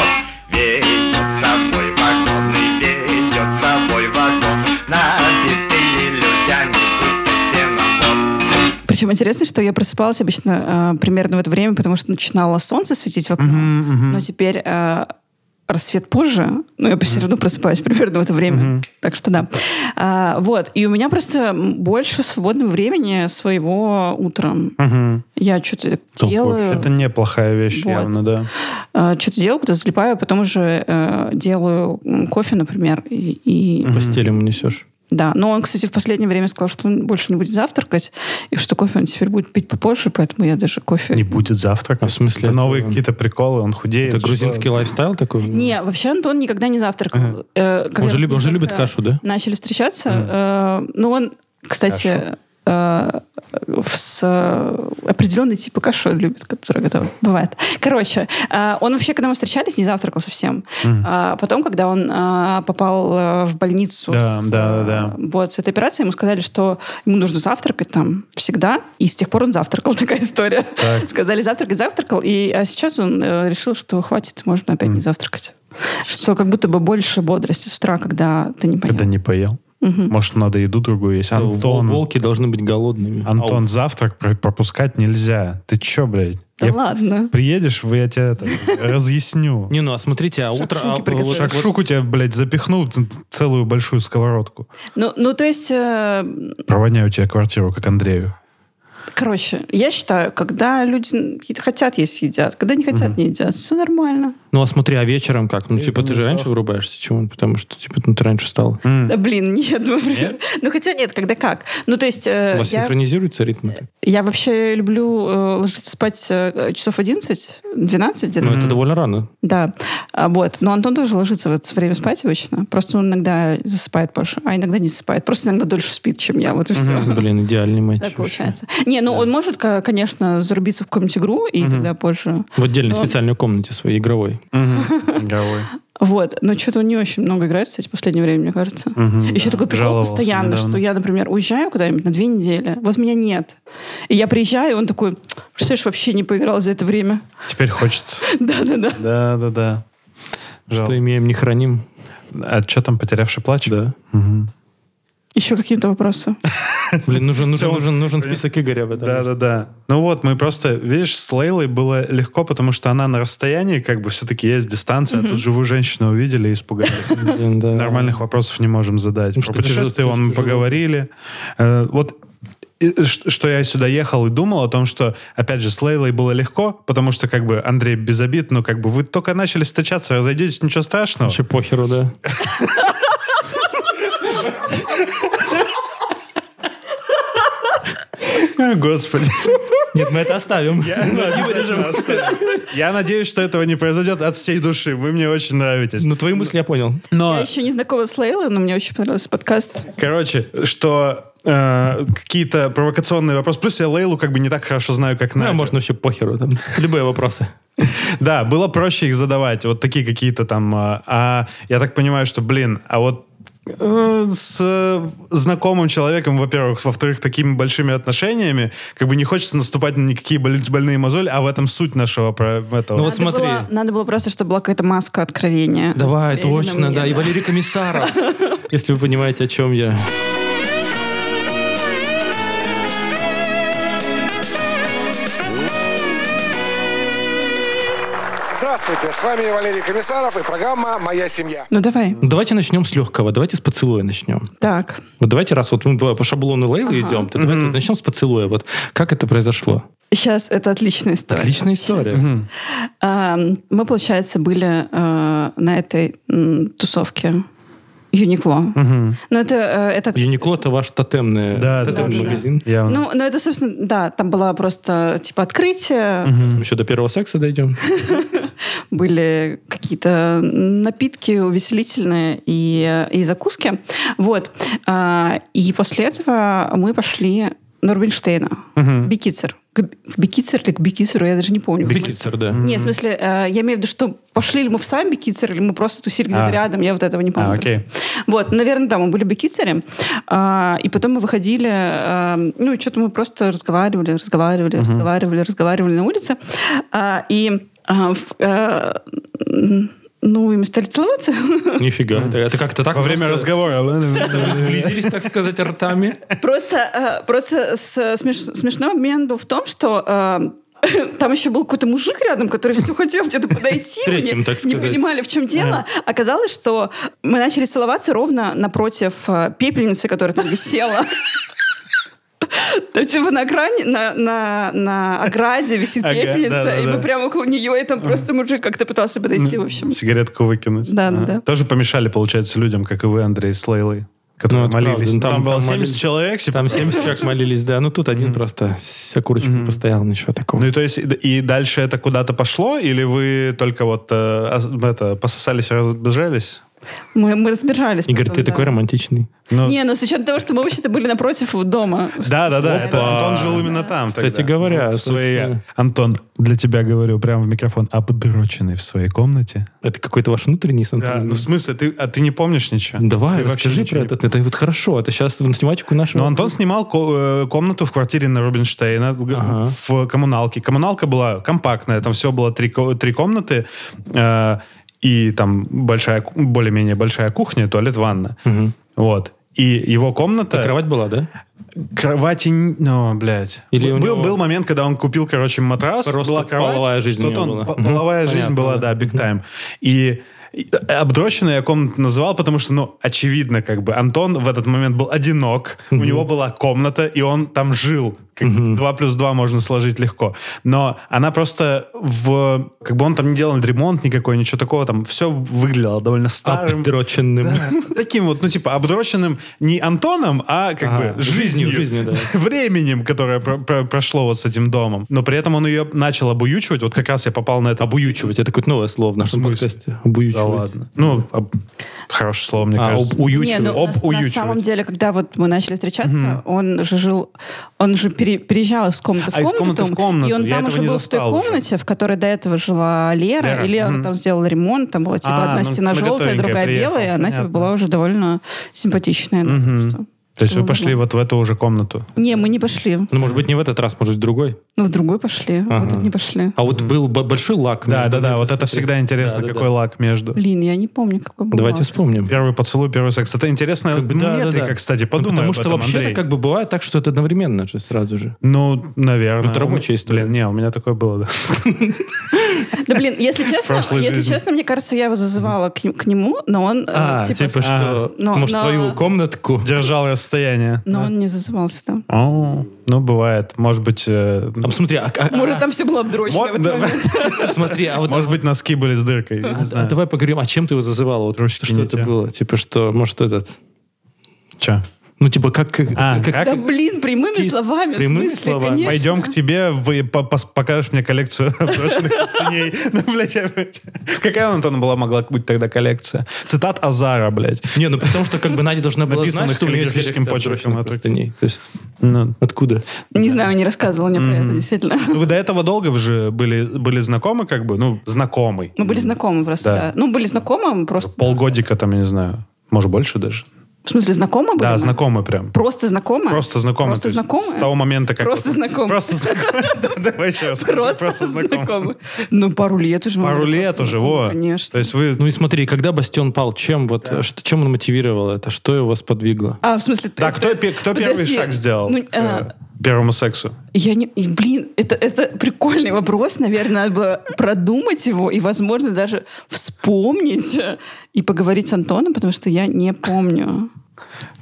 Ведет с собой вагон и ведет с собой вагон, набитые людьми, будто сеновоз.
Причем интересно, что я просыпалась обычно э, примерно в это время, потому что начинало солнце светить в окно. Но теперь э, рассвет позже, но я все равно просыпаюсь [laughs] примерно в это время. Так что да. А, вот. И у меня просто м, больше свободного времени своего утром. Я что-то делаю.
Это неплохая вещь,
Вот.
явно, да.
Что-то делаю, куда-то а залипаю, потом уже э, делаю м, кофе, например, и, и
Постелем несешь.
Да, но он, кстати, в последнее время сказал, что он больше не будет завтракать, и что кофе он теперь будет пить попозже, поэтому я даже кофе...
Не будет завтрак.
А в смысле?
Это новые
Это-
какие-то приколы, он худеет.
Это грузинский лайфстайл такой?
Не, вообще Антон никогда не завтракал. Э, когда
Он же, любит, он же
мы
любит
только
кашу, да?
Начали встречаться, э, но он, кстати, э, в- с э, определенный типа каши любит, который готовит. Бывает. Короче, э, он вообще, когда мы встречались, не завтракал совсем. А потом, когда он э, попал э, в больницу
Да,
с,
да, да, да.
э, вот, с этой операцией, ему сказали, что ему нужно завтракать там всегда, и с тех пор он завтракал. [laughs] Такая история.
Так.
Сказали завтракать, завтракал, и а сейчас он э, решил, что хватит, можно опять не завтракать. Что как будто бы больше бодрости с утра, когда ты не поел.
Когда не поел. Может, надо еду другую есть.
Вол-
Антон,
Волки должны быть голодными.
Антон, завтрак про- пропускать нельзя. Ты чё, блядь?
Да
Я-
ладно.
Приедешь, вы- я тебе это разъясню.
Не, ну а смотрите, а утро...
Шакшуки
а,
приготовили.
вот-
Шакшуку тебя, блядь, запихнул ц- целую большую сковородку.
Ну, ну то есть, э,
Провоняю тебе квартиру, как Андрею.
короче, я считаю, когда люди хотят есть, едят. Когда не хотят, не едят. Все нормально.
Ну а смотри, а вечером как? Ну типа ты же раньше вырубаешься, чему? Потому что типа ну, ты раньше встал.
Да блин, [laughs] нет, например. Ну хотя нет, когда как. Ну то есть, э,
У вас
я,
синхронизируется ритм? это?
я вообще люблю э, ложиться спать э, часов 11, 12 где-то.
Ну это довольно рано.
Да, А, вот. Но Антон тоже ложится в это время спать обычно. Просто он иногда засыпает позже, а иногда не засыпает. Просто иногда дольше спит, чем я. Вот и
[laughs]
все.
Блин, идеальный матч.
Так
вообще.
получается. Не, ну он может, ко- конечно, зарубиться в какую-нибудь игру и тогда позже.
В отдельной специальной комнате своей игровой.
Игровой.
Вот. Но что-то он не очень много играет, кстати, в последнее время, мне кажется. Еще такой прикол
Жаловался
постоянно,
недавно.
что я, например, уезжаю куда-нибудь на две недели, вот меня нет. И я приезжаю, и он такой, что я ж вообще не поиграл за это время. [laughs]
Теперь
[laughs]
хочется.
Да-да-да.
Да-да-да.
Что имеем, не храним.
А что там, потерявший плач?
Да.
Еще какие-то вопросы?
Блин, нужен, нужен,
Всё,
нужен, нужен список Игоря в этом.
Да, да, да. Ну вот, мы просто, видишь, с Лейлой было легко, потому что она на расстоянии, как бы все-таки есть дистанция, а тут живую женщину увидели и испугались.
[laughs] Блин, да.
Нормальных вопросов не можем задать.
Ну,
Про
что тяжело,
путешествие вон мы
тяжело.
поговорили. Э, Вот и, э, ш- что я сюда ехал и думал о том, что, опять же, с Лейлой было легко, потому что, как бы, Андрей без обид, но, как бы, вы только начали встречаться, разойдетесь, ничего страшного.
Вообще похеру, да.
[laughs] Господи.
Нет, мы это оставим.
Я надеюсь, что этого не произойдет от всей души. Вы мне очень нравитесь.
[laughs] Ну, твои мысли я понял.
Но...
Я еще не знакома с Лейлой, но мне очень понравился подкаст.
Короче, что э, какие-то провокационные вопросы. Плюс я Лейлу как бы не так хорошо знаю, как
Ну, а
Надю.
можно вообще похеру. Там. Любые вопросы.
[laughs] Да, было проще их задавать. Вот такие какие-то там... э, а я так понимаю, что, блин, а вот э, с э, знакомым человеком, во-первых, во-вторых, такими большими отношениями, как бы не хочется наступать на никакие боль- больные мозоли, а в этом суть нашего про этого.
Ну вот смотри.
Было, надо было просто, чтобы была какая-то маска откровения.
Давай,
Теперь на
точно,
мне,
да. И Валерий Комиссаров. [laughs] Если вы понимаете, о чем я.
Здравствуйте, с вами Валерий Комиссаров и программа «Моя семья».
Ну давай.
Ну, давайте начнем с легкого. Давайте с поцелуя начнем.
Так.
Вот давайте, раз вот мы по шаблону Лейлы идем, то давайте вот начнем с поцелуя. Вот как это произошло?
Сейчас это отличная история.
Отличная история.
А, мы, получается, были а, на этой м, тусовке Юникло. Ну, это, э, это
Юникло — это ваш тотемный
Да,
тотемный
да, да.
магазин.
Явно.
ну, ну, это, собственно, да, там было просто типа открытие,
Мы еще до первого
[laughs]
секса дойдем.
были какие-то напитки увеселительные и, и закуски. Вот. А, И после этого мы пошли на Рубинштейна. Бикицер. К Б- в Бикицер или к Бикицеру, я даже не помню.
Бикицер, да.
Не, в смысле, э, я имею в виду, что пошли ли мы в сам Бикицер, или мы просто тусили где-то
А.
рядом, я вот этого не помню.
А, окей.
просто. Вот, ну, наверное, да, мы были в Бикицере, а, и потом мы выходили, э, ну, и что-то мы просто разговаривали, разговаривали, разговаривали, разговаривали на улице, А, и а, в- э, м, ну, и мы стали целоваться. [laughs]
Нифига. Это- Это как-то так
Во время
просто
разговора...
Сблизились, так сказать, ртами.
Просто, э, просто с- смеш- смешной момент был в том, что э, [laughs] там еще был какой-то мужик рядом, который все хотел где-то подойти. мы не-
Третьим, так
Не
сказать.
понимали, в чем дело. Оказалось, что мы начали целоваться ровно напротив э, пепельницы, которая там висела. Там типа на экране, на, на, на ограде висит
Ага,
пепельница, и
да-да-да.
мы прямо около нее, и там просто мужик как-то пытался
Ну.
подойти, в общем.
Сигаретку выкинуть. А.
Да, да,
Ага.
да.
Тоже помешали, получается, людям, как и вы, Андрей, с Лейлой. которые
Ну, это
молились.
правда.
Там,
Там-
было
там
70
молились.
человек. типа.
Там 70 человек молились, да. Ну, тут один просто с окурочкой постоял, ничего такого.
Ну и то есть, и- и дальше это куда-то пошло, или вы только вот э, ос- это, пососались, разбежались?
Мы, мы разбежались.
Игорь,
потом,
ты
да.
такой романтичный.
Ну,
Не, ну с учетом того, что мы вообще-то были напротив дома.
Да, да, да. Это
Опа.
Антон жил именно там.
Кстати
тогда,
говоря,
в своей-
слушай. ну.
Антон, для тебя говорю прямо в микрофон, обдроченный в своей комнате.
Это какой-то ваш внутренний
Да,
Антон?
ну в смысле, ты, а ты не помнишь ничего?
Давай,
Ты вообще
расскажи
ничего
про
не Ну,
этот. Это вот хорошо. Это сейчас в снимачку нашего.
Но Антон снимал ко- э, комнату в квартире на Рубинштейна в, г-
Ага.
в коммуналке. Коммуналка была компактная, там все было три, ко- три комнаты. э, и там большая, ку- более-менее большая кухня, туалет, ванна. Вот. И его комната...
Кровать была, да?
Кровати... н- Ну, блядь.
Или у
был,
него-
был момент, когда он купил, короче, матрас,
Просто
была кровать.
половая жизнь у
что-то
него
он-
была.
по-
Мгм.
Половая
Понятно,
жизнь была,
да.
да, big time. И и, э, обдроченная я комнату называл, потому что, ну, очевидно, как бы Антон в этот момент был одинок, у него была комната, и он там жил. Как бы Два плюс два можно сложить легко. Но она просто в... Как бы он там не делал ремонт никакой, ничего такого, там все выглядело довольно старым.
Обдроченным.
Да, таким вот, ну, типа, обдроченным не Антоном, а как
Ага,
бы жизнью,
жизнью, жизнью,
временем, которое про- про- прошло вот с этим домом. Но при этом он ее начал обуючивать. Вот как раз я попал на это.
Обуючивать. Это какое-то новое слово в нашем
смысле?
подкасте.
Да
Обуючивать.
ладно. Ну, об- хорошее слово, мне
А,
кажется.
об- уючивать.
Не, ну,
Об-
на- на,
уючивать.
самом деле, когда вот мы начали встречаться, он же жил, он же пере- переезжал из комнаты в
А, из
комнату,
комнаты в комнату.
и он
Я
там
этого
уже
не
был в той
застал уже.
комнате, в которой до этого жила Лера,
Лера,
и Лера
мгм.
там сделала ремонт, там была типа
А,
одна
ну,
стена
она
желтая,
готовенькая
другая
приехала.
белая, и она типа
Понятно.
была уже довольно симпатичная. ну, что-
То есть
что
вы пошли
можно.
вот в эту уже комнату.
Не, мы не пошли,
Ну, может быть, не в этот раз, может быть, другой.
ну в другую пошли, вот
Ага.
это не пошли.
А вот был б- большой лак.
Да,
между
да, да.
ними.
Вот это всегда интересно,
Да, да,
какой
да.
лак между.
Блин, я не помню, какой был.
Давайте
август.
вспомним.
Первый поцелуй, первый секс. Это интересная
Как бы, да, да,
метрика,
да.
кстати.
Ну,
Подумай
Потому
об
что
этом,
вообще-то
Андрей.
как бы бывает так, что это одновременно же, сразу же.
Ну, наверное.
Это рабочая история.
Блин, не, у меня такое было, да.
Да блин,
[laughs]
если честно,
прошлой
если
жизни.
честно, мне кажется, я его зазывала к, ним- к нему, но он э,
А,
типа,
типа, что,
но-
может,
но- а
твою комнатку?
Держал расстояние.
но он не зазывался там.
О, ну, бывает. Может быть... э,
А, смотри, а- а-
Может, там все было обдрочено.
Мо-
в этот
да.
момент.
смотри, а
[laughs]
вот
Может быть, носки были с дыркой. я не
А
знаю.
Давай поговорим, а чем ты его зазывала? Вот
Трусики
что
не
это
те.
было? Типа что, может, этот...
Чё?
Ну, типа, как... как-
А,
как-
как?
Да блин, прямыми
Кис-
словами. в
прямыми
смысле,
словами.
конечно.
Пойдем к тебе, вы по- пос- покажешь мне коллекцию [laughs] прочных простыней. [laughs] Ну, блядь, я- какая у Антона была, могла быть тогда коллекция? Цитат Азара, блядь.
Не, ну потому что как бы Надя должна была
Написанных
знать, что у нее есть
каллиграфическим
коллекция
почерком а
обручных
от руки.
простыней. То есть,
Ну,
откуда?
Не знаю, не рассказывал мне про это, действительно.
ну, Вы до этого долго вы же были, были знакомы, как бы, ну, знакомый.
Мы были знакомы просто,
Да.
да. Ну, были знакомы мы просто.
Полгодика там, я не знаю, может, больше даже.
В смысле, знакомы были?
Да,
мы?
знакомы прям.
Просто знакомы?
Просто знакомы.
Просто
То есть
знакомы?
С того момента, как...
Просто
вот-
знакомы.
Просто знакомы. [laughs] Да, Давай еще раз. скажи,
Просто знакомы. Ну, пару лет уже. мы
Пару
были
лет
просто
уже,
знакомы,
во. То
Конечно.
есть вы...
Ну и смотри, когда Бастион пал, чем вот, что- чем он мотивировал это? Что его сподвигло?
А, в смысле... ты-
Да, кто, пе- кто первый
Подожди.
шаг сделал
Ну,
к
э,
э, первому сексу?
Я не... и, блин, это, это прикольный вопрос. Наверное, надо было продумать его и, возможно, даже вспомнить э, и поговорить с Антоном, потому что я не помню.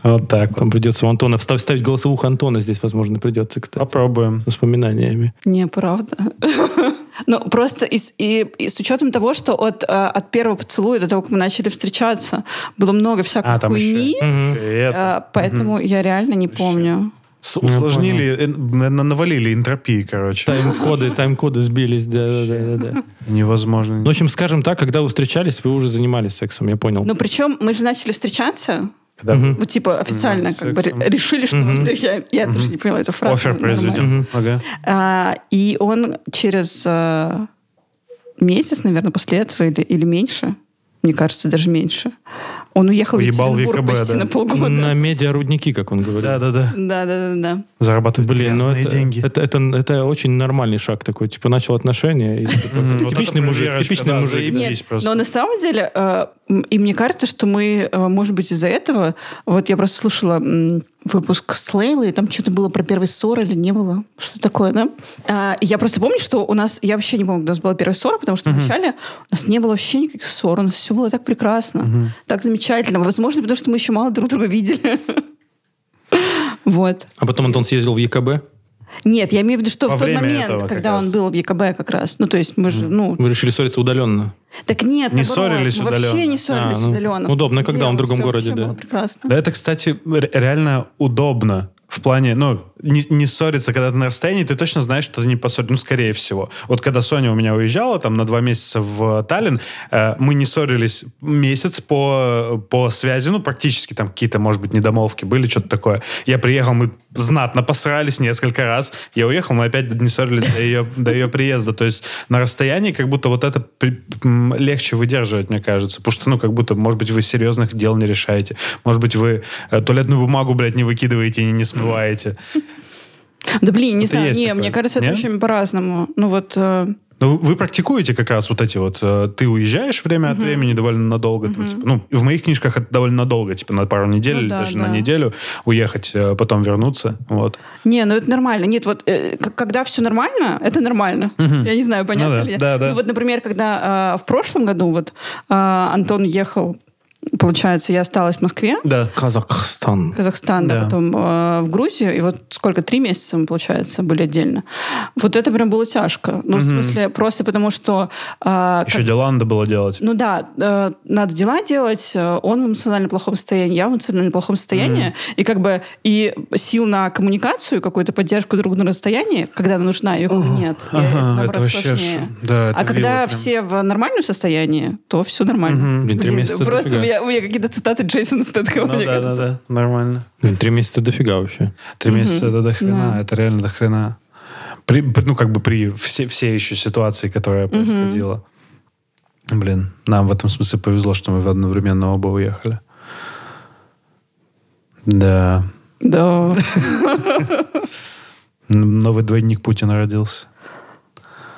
Вот так вот.
Там придется у Антона встав- вставить голосовуху Антона здесь, возможно, придется, кстати.
Попробуем.
С воспоминаниями.
Не, правда. [laughs] Ну, просто из- и, и с учетом того, что от, э, от первого поцелуя до того, как мы начали встречаться, было много всякой
А, там
хуйни,
еще. еще и это.
э, поэтому я реально не помню.
С- Усложнили, э, н- навалили энтропии, короче.
Тайм-коды, тайм-коды сбились, да-да-да.
Невозможно.
Ну, в общем, скажем так, когда вы встречались, вы уже занимались сексом, я понял.
Но причем мы же начали встречаться,
Когда вы
вот типа официально как бы ре- решили, что мы встречаем. Я тоже не поняла эту фразу.
офер
нормально.
произведен. Ага.
А, и он через э, месяц, наверное, после этого или, или меньше, мне кажется, даже меньше, он уехал
Уебал в
в Екатеринбург
ЕКБ,
почти
да.
на полгода.
На медиарудники, как он говорил.
Да-да-да.
Да, да, да, да.
Зарабатывать
Блин, ну
грязные
это,
деньги.
Это, это, это очень нормальный шаг такой. Типа начал отношения. и типа,
Вот
типичный
это
мужик,
проверочка,
типичный
да,
мужик.
заебись.
Нет,
Есть просто.
но на самом деле, э, м, и мне кажется, что мы, э, может быть, из-за этого, вот я просто слушала м, выпуск с Лейлой, и там что-то было про первые ссоры или не было, что такое, да? А, и я просто помню, что у нас, я вообще не помню, когда у нас была первая ссора, потому что вначале у нас не было вообще никаких ссор, у нас все было так прекрасно, так замечательно, возможно, потому что мы еще мало друг друга видели. [laughs] Вот.
А потом Антон съездил в ЕКБ.
Нет, я имею в виду, что
Во
в тот
время этого
момент,
как
когда
раз.
он был в ЕКБ как раз, ну, то есть мы же, ну,
Вы решили ссориться удаленно.
так нет,
Не
наоборот,
ссорились
мы вообще
удаленно?
не ссорились
А, ну,
удаленно.
удобно, когда он в другом
Всё
городе,
вообще
да.
было прекрасно.
Да, это, кстати, ре- реально удобно. В плане, ну, не, не ссориться, когда ты на расстоянии, ты точно знаешь, что ты не поссоришь. Ну, скорее всего. Вот когда Соня у меня уезжала там на два месяца в Таллин, э, мы не ссорились месяц по, по связи, ну, практически там какие-то, может быть, недомолвки были, что-то такое. типа, Я приехал, мы знатно посрались несколько раз. Я уехал, мы опять не ссорились до ее, до ее приезда. То есть на расстоянии как будто вот это при- м, легче выдерживать, мне кажется. Потому что, ну, как будто, может быть, вы серьезных дел не решаете. Может быть, вы э, туалетную бумагу, блядь, не выкидываете и не смываете.
Да блин, не
Это
знаю,
есть
не,
такое.
мне кажется, это
Нет?
очень по-разному. Ну вот, э,
Ну, вы практикуете как раз вот эти вот... э, Ты уезжаешь время от времени довольно надолго. там, типа, ну, в моих книжках это довольно надолго. Типа на пару недель
Ну
или
да,
даже на
да.
неделю уехать, э, потом вернуться. Вот.
не, ну это нормально. Нет, вот э, к- когда все нормально, это нормально. Я не знаю, понятно
да,
ли. я.
да, да.
Ну вот, например, когда э, в прошлом году вот э, Антон ехал, получается, я осталась в Москве,
Да.
Казахстан.
Казахстан, да,
Да.
потом э, в Грузию, и вот сколько, три месяца мы, получается, были отдельно. Вот это прям было тяжко. Ну, в смысле, просто потому что... э,
Еще дела надо было делать.
Ну да, э, надо дела делать, э, он в эмоционально плохом состоянии, я в эмоционально плохом состоянии, и как бы и сил на коммуникацию, какую-то поддержку друг на расстоянии, когда она нужна, ее как бы нет. И
Ага,
наоборот,
это вообще
сложнее.
ш- да, это
а когда
вилла прям.
все в нормальном состоянии, то все нормально.
Блин, три месяца это
просто у
дофига.
меня, у меня какие-то цитаты Джейсона Стэтхэма,
Ну
мне
да, да,
кажется.
да, нормально.
Блин, три месяца дофига вообще.
Три месяца это до хрена,
Да.
это реально до хрена. При- при- ну, как бы при все, все еще ситуации, которая происходила. Блин, нам в этом смысле повезло, что мы в одновременно оба уехали. Да.
Да.
Н- Новый двойник Путина родился.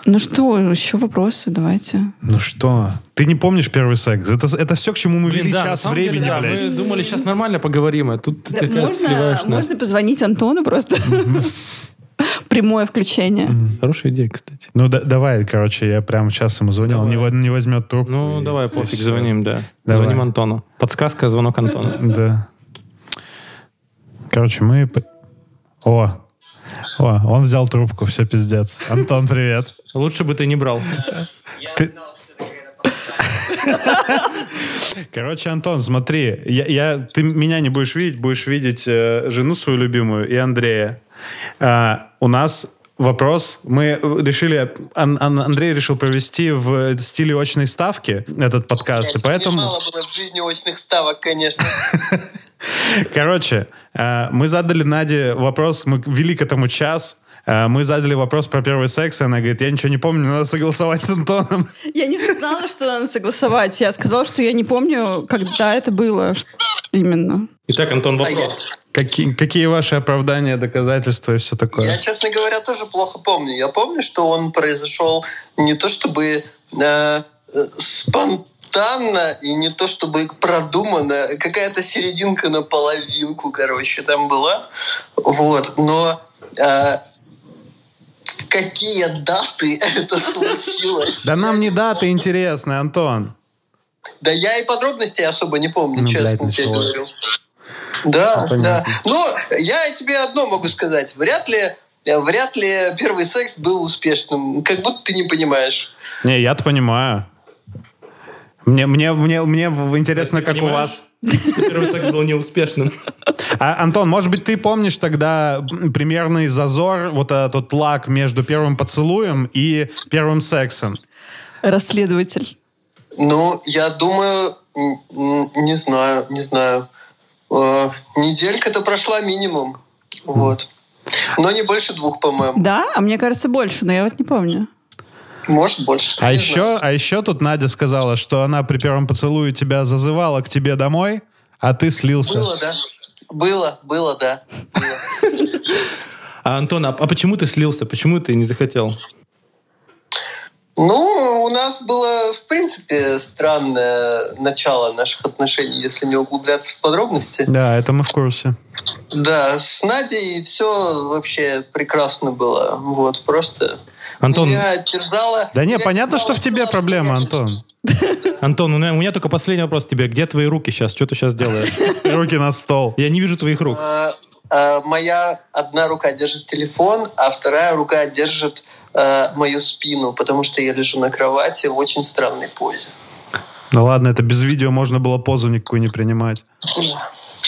Ну что, еще вопросы, давайте.
Ну что? Ты не помнишь первый секс? Это, с- это все, к чему мы вели
Блин, да, на
час
самом
времени,
деле, да,
блядь.
мы думали, сейчас нормально поговорим, а тут ты такая
можно,
сливаешь нас.
можно позвонить Антону просто? Прямое включение.
Хорошая идея, кстати.
Ну да- давай, короче, я прямо сейчас ему звонил, он не, во- не возьмет трубку.
Ну,
и-
давай,
и
пофиг,
всё.
звоним, да.
Давай.
Звоним Антону. Подсказка, звонок Антону.
Да. Короче, мы... п- О! О, он взял трубку, все пиздец. Антон, привет.
Лучше бы ты не брал.
Короче, Антон, смотри, я, я- ты меня не будешь видеть, будешь видеть э, жену свою любимую и Андрея. А, у нас вопрос. Мы решили, Ан- Ан- Андрей решил провести в стиле очной ставки этот подкаст, и поэтому...
Мало было в жизни очных ставок, конечно.
Короче, э, мы задали Наде вопрос, мы вели к этому час, э, мы задали вопрос про первый секс, и она говорит, я ничего не помню, надо согласовать с Антоном.
Я не сказала, что надо согласовать. Я сказала, что я не помню, когда это было ш- именно.
Итак, Антон,
А
[laughs]
я,
вопрос.
Какие, какие ваши оправдания, доказательства и все
я,
такое?
честно говоря, тоже плохо помню. Я помню, что он произошел не то чтобы э, э, спонтанно и не то чтобы продуманно. Какая-то серединка на половинку, короче, там была. Вот, но... э, в какие даты [laughs] это случилось?
Да нам не даты интересны, Антон.
Да я и подробностей особо не помню,
Ну,
честно
блядь,
тебе
началось. Ну,
говорю. Да, да.
понятно.
Но я тебе одно могу сказать. Вряд ли, э, вряд ли первый секс был успешным. Как будто ты не понимаешь.
Не, я-то понимаю. Мне, мне, мне, мне в- интересно,
Ты
как у
понимаешь?
вас.
Первый секс был неуспешным.
А, Антон, может быть, ты помнишь тогда м, примерный зазор, вот этот вот лак между первым поцелуем и первым сексом?
Расследователь.
Ну, я думаю, м, м, не знаю, не знаю. Э, Неделька-то прошла минимум.
Ну.
Вот. Но не больше двух, по-моему.
Да, а мне кажется, больше, но я вот не помню.
Может, больше.
А
Не
еще, а еще тут Надя сказала, что она при первом поцелуе тебя зазывала к тебе домой, а ты слился.
знаю. Было, да. Было, было, да. Было.
А, Антон, а, а почему ты слился? Почему ты не захотел?
Ну, у нас было, в принципе, странное начало наших отношений, если не углубляться в подробности.
Да, это мы в курсе.
Да, с Надей все вообще прекрасно было. Вот, просто...
Ну,
Антон,
Меня терзало...
Да не,
меня
понятно, что
терзало
в тебе
сладкое
проблема, Антон.
Антон, у меня, у меня только последний вопрос к тебе. Где твои руки сейчас? Что ты сейчас делаешь?
Руки на стол.
Я не вижу твоих рук.
чувство. Э, э, моя одна рука держит телефон, а вторая рука держит э, мою спину, потому что я лежу на кровати в очень странной позе.
Ну ладно, это без видео можно было позу никакую не принимать.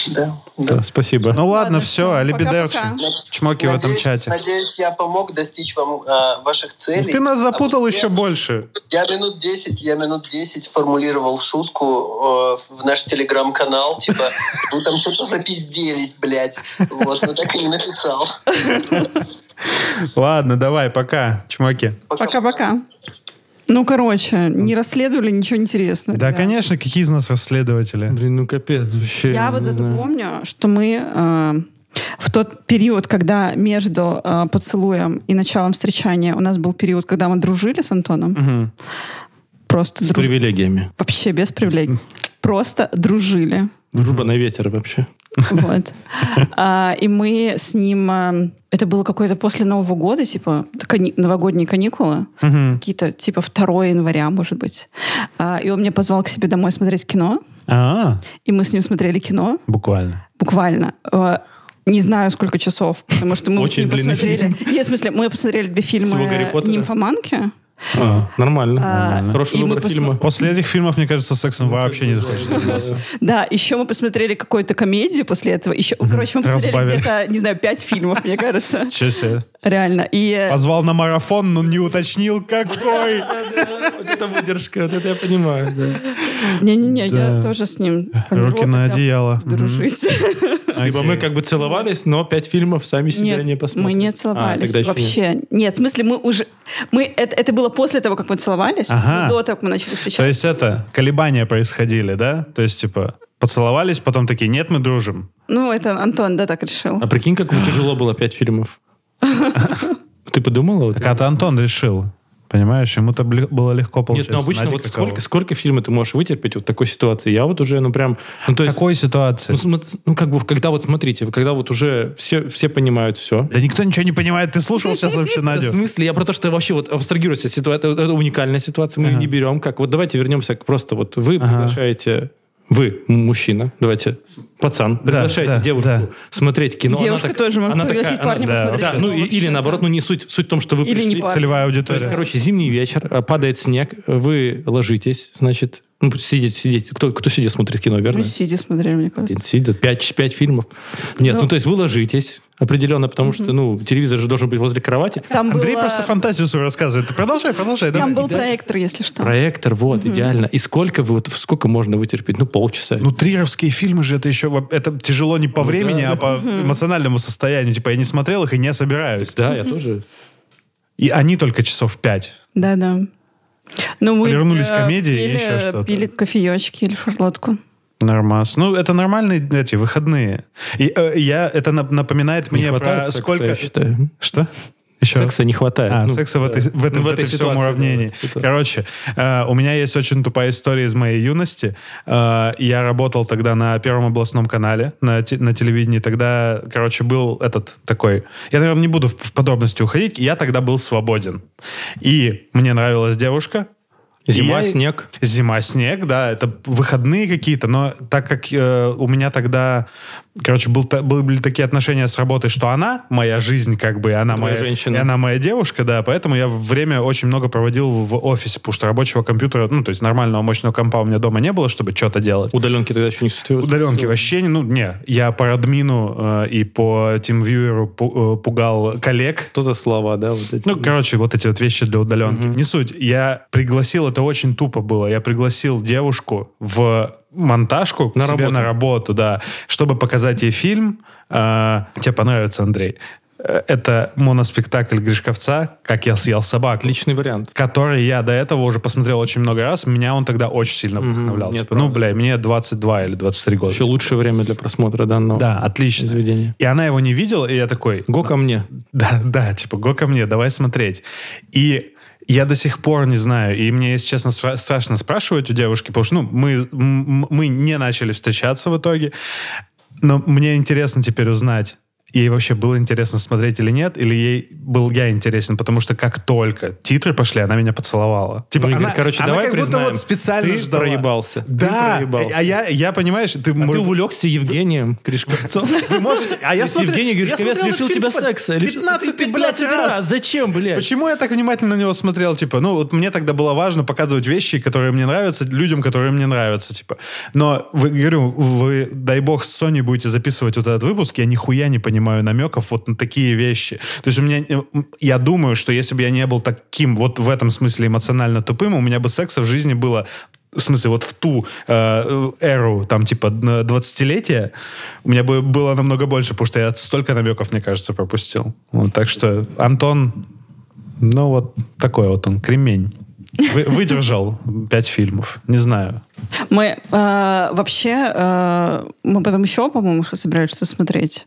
Да, да.
Да, спасибо.
Ну ладно,
Ладно,
все,
всё,
алибедевчи.
пока-пока.
Чмоки в этом чате.
Надеюсь, я помог достичь вам э, ваших целей.
Ты нас запутал
А,
еще
я-
больше.
Я минут 10, я минут 10 формулировал шутку э, в наш телеграм-канал, типа, вы там что-то запизделись, блядь. Вот, но так и не написал.
Ладно, давай, пока, чмоки.
Пока-пока. Ну, короче, не расследовали, ничего интересного.
Да,
ребят.
конечно, какие из нас расследователи?
Блин, ну капец, вообще.
Я вот
не
зато
знаю.
помню, что мы э, в тот период, когда между э, поцелуем и началом встречания у нас был период, когда мы дружили с Антоном. Просто
С
друж-
привилегиями.
вообще без привилегий. Просто дружили.
Грубо на ветер вообще.
Вот. А, И мы с ним... а, Это было какое-то после Нового года, типа кани- новогодние каникулы. Какие-то, типа, 2 января, может быть. А, И он меня позвал к себе домой смотреть кино.
А,
И мы с ним смотрели кино.
буквально.
Буквально. э, Не знаю, сколько часов, потому что мы с
Очень
ним
длинный
посмотрели... [laughs] Нет, в смысле, мы посмотрели две
Всего Гарри
фильмы
Поттера?
«Нимфоманки».
Нормально.
А,
Хороший
и мы
выбор
посмо-
фильма.
После этих фильмов, мне кажется, сексом вообще не захочется заниматься.
Да, еще мы посмотрели какую-то комедию после этого. Еще, короче, мы посмотрели
Разбавили.
где-то, не знаю, пять фильмов, мне кажется.
Чё себе.
Реально. И э,
Позвал на марафон, но не уточнил, какой.
Вот это выдержка, вот это я понимаю. да.
Не-не-не,
Да.
я тоже с ним.
Руки на
планировка,
одеяло.
там, Дружить.
Типа
Либо [laughs] мы как бы целовались, но пять фильмов сами
[laughs]
себя не
Нет, мы
посмотрим.
не
А,
целовались
тогда еще нет.
вообще. Нет, в смысле, мы уже... мы Это это было после того, как мы целовались,
Ага.
но до того, как мы начали
То
встречаться.
есть это, колебания происходили, да? То есть, типа, поцеловались, потом такие, нет, мы дружим.
Ну, это Антон, да, так решил.
А прикинь, как ему тяжело было пять
[laughs]
фильмов. Ты подумала? вот?
Так а то Антон решил, понимаешь? Ему-то бли- было легко
Нет,
получается.
ну обычно
Знаете,
вот
каково?
сколько, сколько фильма ты можешь вытерпеть вот в такой ситуации? Я вот уже, ну прям... Ну, то
В
есть,
какой ситуации?
ну, см- ну, как бы, когда вот смотрите, когда вот уже все, все понимают все.
Да никто ничего не понимает. Ты слушал сейчас вообще,
Да, в
Надю?
смысле? Я про то, что вообще вот абстрагируюсь от ситуации. Это уникальная ситуация, мы ее не берем. Как? Вот давайте вернемся к просто вот вы приглашаете... Вы, м, мужчина, давайте, с- пацан, приглашаете
да,
девушку
да.
смотреть кино. Она
Девушка
так-
тоже могла
она такая,
пригласить
она-
парня
да,
посмотреть.
Да, ну и-
вообще,
или наоборот,
да.
ну не суть, суть в том, что вы
Или не
пришли.
парень.
Целевая
То есть,
аудитория.
короче, зимний вечер, а, падает снег, вы ложитесь, значит, ну, сидеть, сидеть. Кто, кто сидит, смотрит кино, верно?
Мы сиди смотрели, мне кажется.
Сидят. Пять, пять фильмов. Нет, ну, то есть вы ложитесь определенно, потому что, ну, телевизор же должен быть возле кровати.
Там
Андрей
было-
просто фантазию свою рассказывает. Ты Продолжай, продолжай. давай.
Там был проектор, если что.
Проектор, вот, идеально. И сколько вы, вот, сколько можно вытерпеть? Ну, полчаса.
Ну, трировские фильмы же это еще... во- Это тяжело не по
Ну
времени, а по эмоциональному состоянию. Типа, я не смотрел их и не собираюсь.
да, я тоже.
И они только часов пять.
Да, да. Ну, мы
Вернулись
э,
комедии и
пили-
еще что-то.
Пили кофеечки или шарлотку.
Нормас. Ну, это нормальные эти выходные. И э, я... Это нап- напоминает
Не
мне
хватает
про
секса, я
сколько...
считаю.
Что? Еще раз.
Секса не хватает.
А,
Ну,
секса в, этой, в, этом, в,
Ну,
этой всем
ситуации, да, в
уравнении.
этой ситуации.
Короче, э, у меня есть очень тупая история из моей юности. Э, я работал тогда на Первом областном канале, на, те- на телевидении. Тогда, короче, был этот такой... Я, наверное, не буду в, в подробности уходить. Я тогда был свободен. И мне нравилась девушка.
Зима,
И я-
снег.
Зима, снег, да, это выходные какие-то, но так как э, у меня тогда, короче, был, та- был- были такие отношения с работой, что она моя жизнь, как бы, и она
Твоя
моя
женщина.
и она А моя девушка, да, поэтому я время очень много проводил в офисе, потому что рабочего компьютера, ну, то есть нормального мощного компа у меня дома не было, чтобы что-то делать.
Удаленки тогда еще не существует.
Удаленки вообще не, ну, не, я по Радмину э, и по TeamViewer пу- э, пугал коллег,
Что за слова, да? вот эти?
ну, короче, вот эти вот вещи для удаленки. Не суть. Я пригласил, это очень тупо было. Я пригласил девушку в монтажку к
На
себе
работу.
на работу, да, чтобы показать ей фильм. А, тебе понравится, Андрей. Э, Это моноспектакль Гришковца «Как я съел собак».
Отличный вариант.
Который я до этого уже посмотрел очень много раз. Меня он тогда очень сильно вдохновлял.
Нет,
Типа, ну, бля, мне 22 или 23 года.
Еще лучшее время для просмотра данного.
Да, отлично.
Изведение.
И она его не видела, и я такой...
Го ко мне.
[laughs] Да, да, типа, го ко мне, давай смотреть. И я до сих пор не знаю, и мне, если честно, сра- страшно спрашивать у девушки, потому что ну, мы, м- м- мы не начали встречаться в итоге, но мне интересно теперь узнать, ей вообще было интересно смотреть или нет, или ей был я интересен, потому что как только титры пошли, она меня поцеловала. Типа,
Ну, Игорь,
она,
короче,
она
давай
как будто
признаем,
вот специально
ты
ждала.
проебался. Ты
Да,
проебался.
а я, я понимаешь, ты,
А ты
может-
увлекся Евгением Кришковцом.
вы можете, а я
Если
смотрю-
Евгений
я
Гришковец
смотрел этот
лишил
фильм
тебя
по
секса. лишил-
15-й,
Ты
блядь,
15 раз.
раз.
Зачем, блядь?
Почему я так внимательно на него смотрел? Типа, ну вот мне тогда было важно показывать вещи, которые мне нравятся, людям, которые мне нравятся, типа. Но, вы, говорю, вы, дай бог, с Sony будете записывать вот этот выпуск, я нихуя не понимаю намеков вот на такие вещи. То есть у меня, э, м, я думаю, что если бы я не был таким вот в этом смысле эмоционально тупым, у меня бы секса в жизни было в смысле, вот в ту э, эру, там, типа, на 20-летия, у меня бы было намного больше, потому что я столько намеков, мне кажется, пропустил. Вот, так что, Антон, ну, вот такой вот он, кремень. Вы- выдержал пять фильмов. Не знаю.
Мы э, вообще, э, мы потом еще, по-моему, собирались что смотреть.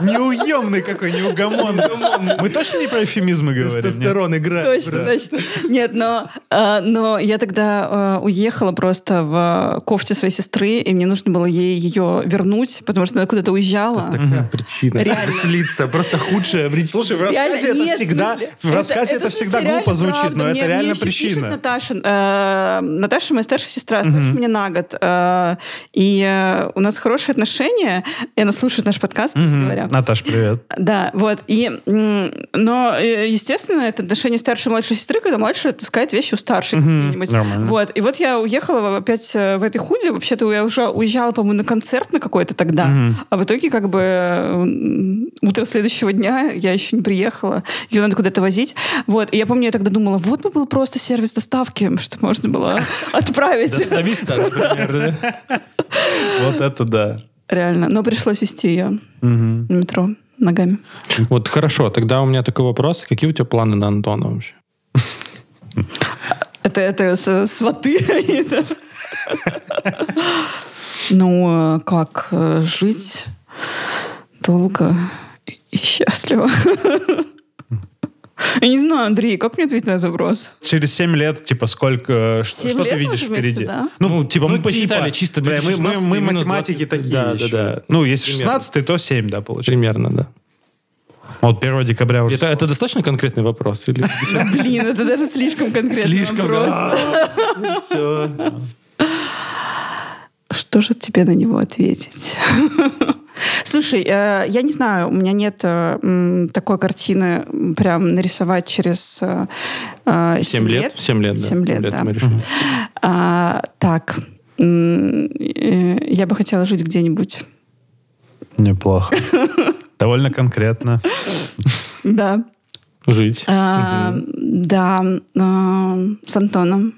Неуемный какой,
[laughs]
неугомонный. Мы точно не про эфемизмы говорим? Нет?
играет.
Точно, точно. Нет, но, э, но я тогда э, уехала просто в кофте своей сестры, и мне нужно было ей ее вернуть, потому что она куда-то уезжала.
Причина. Слиться. Просто худшая причина.
Слушай, в рассказе
Реально,
это
нет,
всегда,
в смысле,
в рассказе это,
в смысле,
всегда
реально
глупо звучит,
правда.
но
Мне-
это
мне
реально
еще пишет
причина.
Наташа, э, Наташа моя старшая сестра, старше мне на год. э, и э, у нас хорошие отношения, и она слушает наш подкаст, кстати
Мгм.
говоря.
Наташ, привет.
Да, вот. И, м, но, э, естественно, это отношение старшей и младшей сестры, когда младшая таскает вещи у старшей какие-нибудь.
нормально.
Вот. И вот я уехала опять э, в этой худе. Вообще-то я уже уезжала, по-моему, на концерт на какой-то тогда. А в итоге как бы м, утро следующего дня я еще не приехала. Ее надо куда-то возить. Вот. И я помню, я тогда думала, вот бы был просто сервис доставки, [laughs] что можно было отправить.
Доставись так, например, да?
Вот это да.
[laughs] Реально. Но пришлось вести ее на метро ногами.
Вот хорошо, тогда у меня такой вопрос. Какие у тебя планы на Антона вообще?
Это, это с- сваты. [laughs] они там. Ну, э, как э, жить долго и- и счастливо. [laughs] Я не знаю, Андрей, как мне ответить на этот вопрос?
Через 7 лет, типа, сколько, ш-
Семь
что ты
лет
видишь
уже вместе,
впереди?
да?
Ну, типа, мы посчитали чисто
бля, мы- мы,
2016
мы
минус
математики
20,
такие
да, да,
еще.
да.
Ну, если
Примерно.
16, то 7, да, получается.
Примерно, да.
Вот 1 декабря уже.
Это, это достаточно конкретный вопрос? [laughs] Или...
Блин, это даже слишком конкретный вопрос. Что же тебе на него ответить? Слушай, э, я не знаю, у меня нет э, м, такой картины м, прям нарисовать через 7
7 лет? 7 лет, да.
Семь лет, да.
мы решили.
А, так, М, э, я бы хотела жить где-нибудь. [laughs]
Неплохо. Довольно конкретно.
Да.
Жить.
А, Да, а, с Антоном.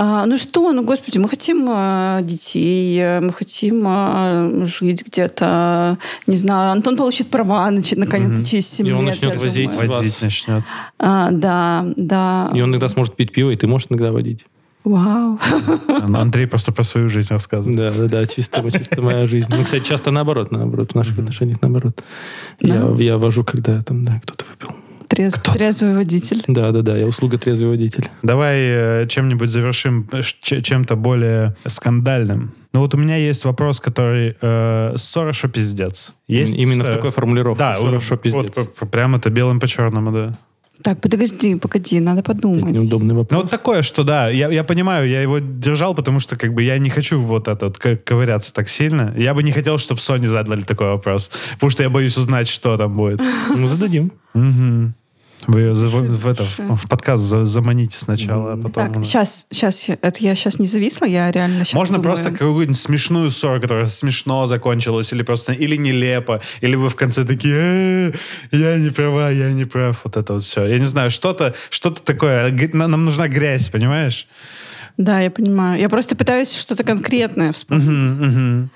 А, ну что, ну господи, мы хотим а, детей, э, мы хотим а, жить где-то, не знаю, Антон получит права, нач- наконец-то через 7
И он
лет.
начнет
я
возить.
думаю.
Водить
Вас.
начнет.
А, да, да.
И он иногда сможет пить пиво, и ты можешь иногда водить.
Вау.
Андрей просто про свою жизнь рассказывает.
Да, да, да, чисто, чисто моя жизнь. Ну, кстати, часто наоборот, наоборот, в наших отношениях наоборот. Я, я вожу, когда там, да, кто-то выпил.
Трез- трезвый водитель.
Да, да, да, я услуга трезвый водитель.
Давай э, чем-нибудь завершим э, ш- че- чем-то более скандальным. Ну вот у меня есть вопрос, который э, «Сороша пиздец». Есть
Именно в
что-
такой формулировке.
Да,
«Сороша
вот-
пиздец».
вот п- прям это белым по черному, да.
Так, подожди, погоди, надо подумать.
Неудобный
Ну,
вопрос.
вот такое, что да, я, я понимаю, я его держал, потому что как бы я не хочу вот это вот ко- ковыряться так сильно. Я бы не хотел, чтобы Sony задали такой вопрос, потому что я боюсь узнать, что там будет.
Ну, зададим.
Вы ее за- в, в это, в- в подкаст за- заманите сначала, а потом...
Так,
э,
уже.
сейчас, сейчас, это я сейчас не зависла, я реально сейчас
Можно просто какую-нибудь смешную ссору, которая смешно закончилась, или просто, или нелепо, или вы в конце такие, «Э, я не права, я не прав, вот это вот все. Я не знаю, что-то, что-то такое, Г- на- нам нужна грязь, понимаешь?
Да, я понимаю. Я просто пытаюсь что-то конкретное вспомнить.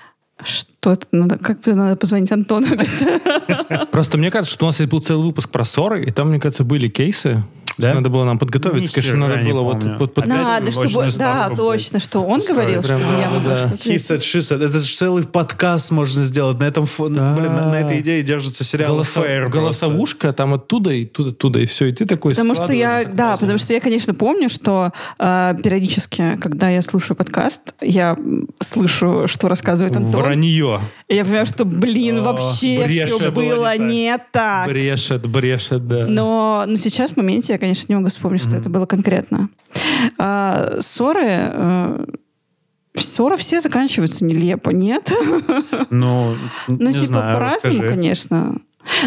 Что-то надо, как бы надо позвонить
[laughs]
Антону опять.
Просто мне кажется, что у нас здесь был целый выпуск про ссоры, и там, мне кажется, были кейсы,
Да?
Надо было нам подготовиться,
Нихера
конечно, надо
не
было вот,
помню.
вот, вот-
Опять
Надо,
мощную
чтобы... Да,
ставку, блядь,
точно, что он говорил, что
Прям,
я могу
да.
He
что-то...
said, she said. Это же целый подкаст можно сделать. На этом фон-
Да.
блин, на, на этой идее держится сериал
голосо-
Fair. просто.
голосовушка, там оттуда и туда, туда, и все, и ты такой
Потому что я,
складываешь.
да, потому что я, конечно, помню, что э, периодически, когда я слушаю подкаст, я м, слышу, что рассказывает Антон.
Вранье.
И я понимаю, что, блин, вообще
брешь,
все
всё было
было
не так.
не так.
Брешет, брешет, да.
Но, но сейчас в моменте я, конечно, не могу вспомнить, что это было конкретно. А, ссоры... э, Ссоры все заканчиваются нелепо, нет? [laughs]
Ну, н-
Ну,
не
типа,
знаю,
по-разному,
расскажи.
конечно.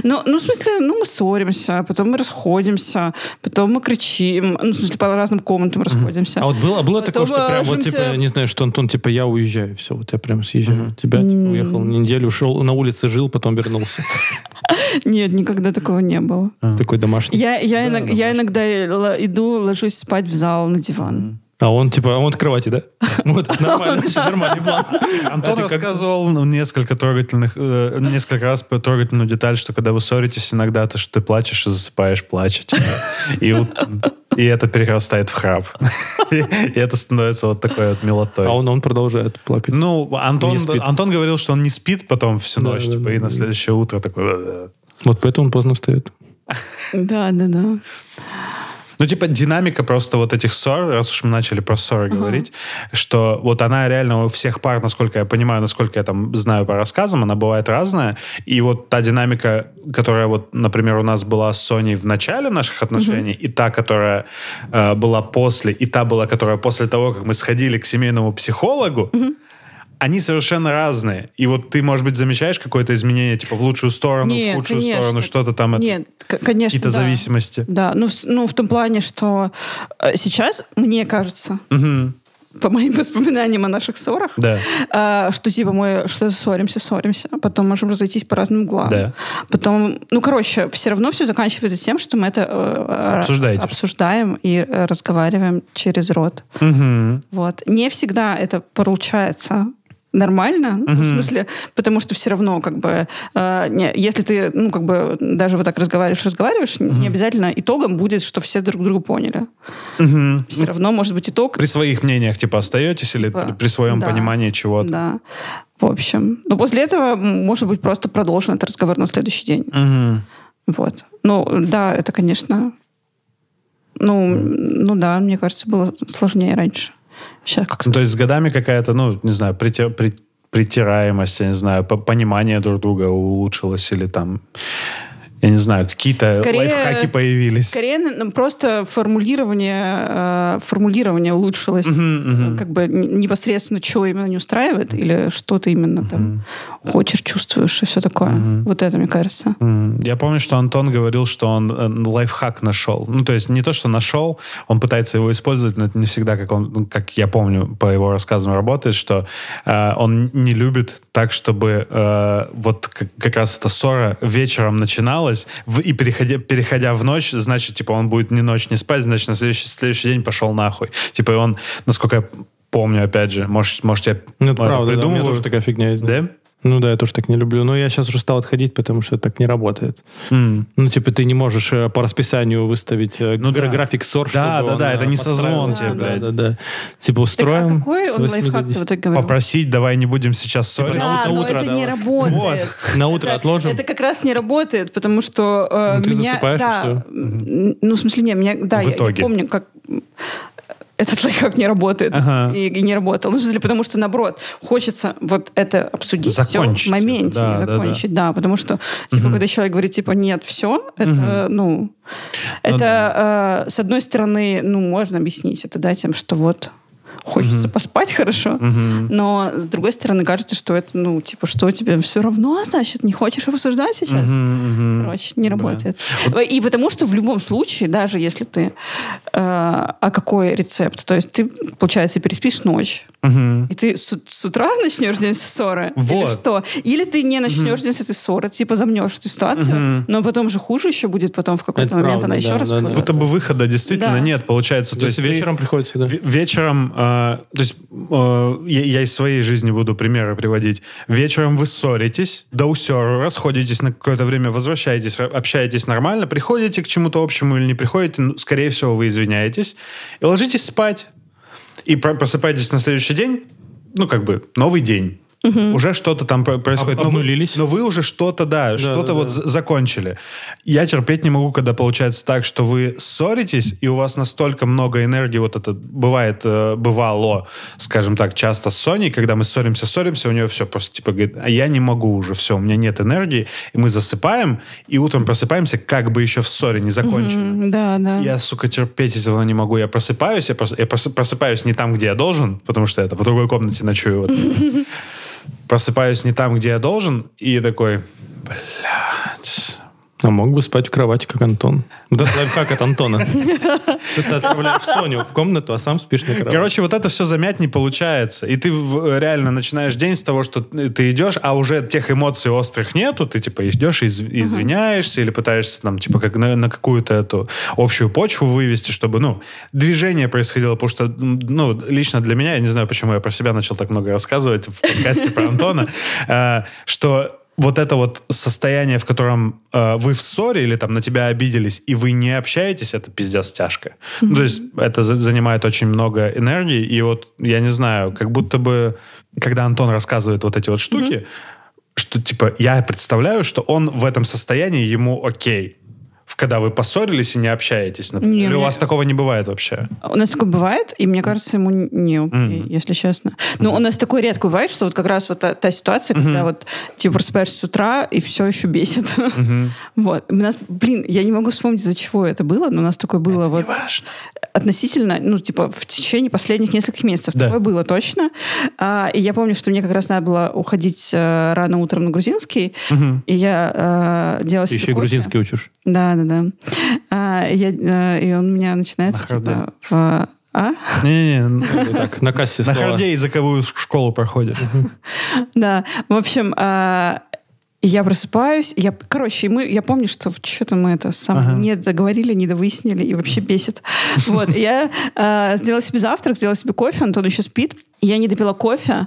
Ну, ну, в смысле, ну, мы ссоримся, потом мы расходимся, потом мы кричим, ну, в смысле, по разным комнатам расходимся.
А вот было, было
Потом
такое, что прям вот,
ложимся.
типа, не знаю, что, Антон, типа, я уезжаю, все, вот я прям съезжаю. Тебя, типа, уехал на неделю, ушел, на улице жил, потом вернулся.
Нет, никогда такого не было.
А.
Такой домашний.
Я, я, иног- я иногда л- иду, ложусь спать в зал на диван.
А он, типа, а он от
[laughs]
кровати, да? Вот, нормально, очень нормальный план. А
Антон рассказывал ну, несколько трогательных, э, несколько раз про трогательную деталь, что когда вы ссоритесь иногда, то что ты плачешь и засыпаешь плачешь. И, вот- и это перерастает в храп. [laughs] И это становится вот такой вот милотой.
А он, он продолжает плакать.
Ну, Антон,
Не спит.
Антон говорил, что он не спит потом всю
Да,
ночь,
да,
типа,
да,
и на
да.
следующее утро такой... «Э, «Э-э-э».
Вот поэтому он поздно встает.
Да, да,
А
да.
Ну, типа, динамика просто вот этих ссор, раз уж мы начали про ссоры говорить, что вот она реально у всех пар, насколько я понимаю, насколько я там знаю по рассказам, она бывает разная. И вот та динамика, которая вот, например, у нас была с Соней в начале наших отношений, и та, которая э, была после, и та была, которая после того, как мы сходили к семейному психологу, Они совершенно разные. И вот ты, может быть, замечаешь какое-то изменение, типа в лучшую сторону,
Нет,
в худшую
конечно.
сторону, что-то там, это-
Нет, к- конечно,
какие-то
да.
зависимости.
Да, ну, в с- ну в том плане, что э, сейчас, мне кажется, по моим [laughs] воспоминаниям о наших ссорах,
Да.
э, что типа мы что ссоримся, ссоримся, потом можем разойтись по разным углам.
Да.
Потом, ну, короче, все равно все заканчивается тем, что мы это э,
Обсуждаете.
обсуждаем и э, разговариваем через рот. Вот. Не всегда это получается нормально, ну, в смысле, потому что все равно, как бы, э, не, если ты, ну, как бы, даже вот так разговариваешь, разговариваешь, н- не обязательно итогом будет, что все друг друга поняли. Все
Ну,
равно, может быть, итог...
При своих мнениях, типа, остаетесь или
Типа,
при- при своем
да.
понимании чего-то?
Да. В общем. Но после этого, м, может быть, просто продолжен этот разговор на следующий день. Вот. Ну, да, это, конечно... Ну, м, ну да, мне кажется, было сложнее раньше. Сейчас как-то...
Ну, то есть с годами какая-то, ну, не знаю, притя- при- притираемость, я не знаю, по- понимание друг друга улучшилось или там, я не знаю, какие-то
Скорее-
Э, лайфхаки появились.
Скорее, ну, просто формулирование, э, формулирование улучшилось. Ну, Как бы н- непосредственно, что именно не устраивает, или что ты именно там хочешь, чувствуешь, и все такое. Вот это, мне кажется.
М, Я помню, что Антон говорил, что он э, лайфхак нашел. Ну, то есть не то, что нашел, он пытается его использовать, но это не всегда, как он, ну, как я помню по его рассказам работает, что э, он не любит так, чтобы э, вот как, как раз эта ссора вечером начиналась в- и переходя, переходя в ночь, значит, типа он будет ни ночь не спать, значит, на следующий, следующий день пошел нахуй. Типа и он, насколько я помню, опять же, может, может я
Ну,
э,
это правда, да, у меня
придумываю.
тоже такая фигня есть.
Да?
Ну да, я тоже так не люблю. Но я сейчас уже стал отходить, потому что так не работает.
М.
Ну, типа, ты не можешь э, по расписанию выставить э,
Ну
гра-
да.
график ссор,
Да,
чтобы
да, да,
он, э,
это не созвон
подстраивался.
тебе,
Да,
блядь.
Да, да. Типа,
Так, а
устроим...
какой он
с 8 до
лайфхак, ты
10.
в итоге говорил?
Попросить, давай не будем сейчас ссориться.
Типа, на
Да, ну,
утро,
но
утро,
это
да,
не
вот.
работает.
На утро
Это-
отложим.
Это как раз не работает, потому что э,
Ну, ты
меня-
засыпаешь,
да,
и всё.
м, Ну, в смысле, не, меня, да,
В
я, я
итоге.
помню, как м, этот лайфхак не работает
Ага.
и, и не работал. Ну, в смысле, потому что, наоборот, хочется вот это обсудить всё
Закончить
в моменте,
это, да,
и
да, да.
закончить, да, потому что, типа, когда человек говорит, типа, нет, все, это, ну, это, э, с одной стороны, ну, можно объяснить это, да, тем, что вот хочется поспать хорошо, но с другой стороны кажется, что это, ну, типа, что тебе все равно, значит, не хочешь обсуждать сейчас? Короче, не работает. И потому что в любом случае, даже если ты... э, а какой рецепт? То есть ты, получается, переспишь ночь, и ты с, с утра начнешь день с ссоры? Или
Вот.
что? Или ты не начнешь день с этой ссоры, типа замнешь эту ситуацию, но потом же хуже еще будет, потом в какой-то
Это
момент
правда,
она еще
да,
раз
да, да.
Будто бы выхода действительно
Да.
нет, получается.
То есть вечером приходится, да?
ве- вечером э, а, то есть э, я, я из своей жизни буду примеры приводить. Вечером вы ссоритесь, до усеру расходитесь на какое-то время, возвращаетесь, ра- общаетесь нормально, приходите к чему-то общему или не приходите, ну, скорее всего, вы извиняетесь, и ложитесь спать. И про- просыпаетесь на следующий день, ну, как бы, новый день. Уже что-то там про- происходит.
Об-
Но вы-
обнулились.
Но вы уже что-то, да, что-то
да,
вот
да.
з- закончили. Я терпеть не могу, когда получается так, что вы ссоритесь, и у вас настолько много энергии, вот это бывает, э, бывало, скажем так, часто с Соней, когда мы ссоримся, ссоримся, у нее все просто типа говорит, а я не могу уже, все, у меня нет энергии, и мы засыпаем, и утром просыпаемся, как бы еще в ссоре не закончили.
Да, да.
Я, сука, терпеть этого не могу. Я просыпаюсь, я, прос- я прос- просыпаюсь не там, где я должен, потому что я там в другой комнате ночую. вот. Просыпаюсь не там, где я должен, и такой, блядь.
А мог бы спать в кровати, как Антон. Вот это лайфхак от Антона. Ты отправляешь Соню в комнату, а сам спишь на кровати.
Короче, вот это все замять не получается. И ты в- э, реально начинаешь день с того, что ты ты идешь, а уже тех эмоций острых нету. Ты типа идешь и из- извиняешься или пытаешься там типа как на, на какую-то эту общую почву вывести, чтобы, ну, движение происходило. Потому что, м, ну, лично для меня, я не знаю, почему я про себя начал так много рассказывать в подкасте про Антона, [laughs] э, что вот это вот состояние, в котором э, вы в ссоре или там на тебя обиделись, и вы не общаетесь, это пиздец тяжко. Ну, то есть это за- занимает очень много энергии, и вот я не знаю, как будто бы, когда Антон рассказывает вот эти вот штуки, что типа я представляю, что он в этом состоянии ему окей. В- Когда вы поссорились и не общаетесь, например.
Не,
Или у
мне-
вас такого не бывает вообще?
У нас такое бывает, и мне кажется, ему не окей, если честно. Но у нас такое редко бывает, что вот как раз вот та, та ситуация, когда вот типа просыпаешься с утра и все еще бесит. [laughs] Вот. У нас, блин, я не могу вспомнить, из-за чего это было, но у нас такое было вот относительно, ну, типа, в течение последних нескольких месяцев.
Да.
Такое было точно. А, и я помню, что мне как раз надо было уходить э, рано утром на грузинский, и я э, делала
Ты
себе
еще и
кофе.
грузинский учишь.
Да, да, да. А, я, э, и он у меня начинается,
Нахер,
типа, в- а?
[laughs] Не-не-не.
Так, на кассе
На
слова.
харде языковую ш- школу проходит.
Да. В общем, а, я просыпаюсь, я, короче, и мы, я помню, что что-то мы это сам
Ага.
не договорили, не довыяснили, и вообще
[laughs]
бесит. Вот, и я а, сделала себе завтрак, сделала себе кофе, Антон еще спит, я не допила кофе,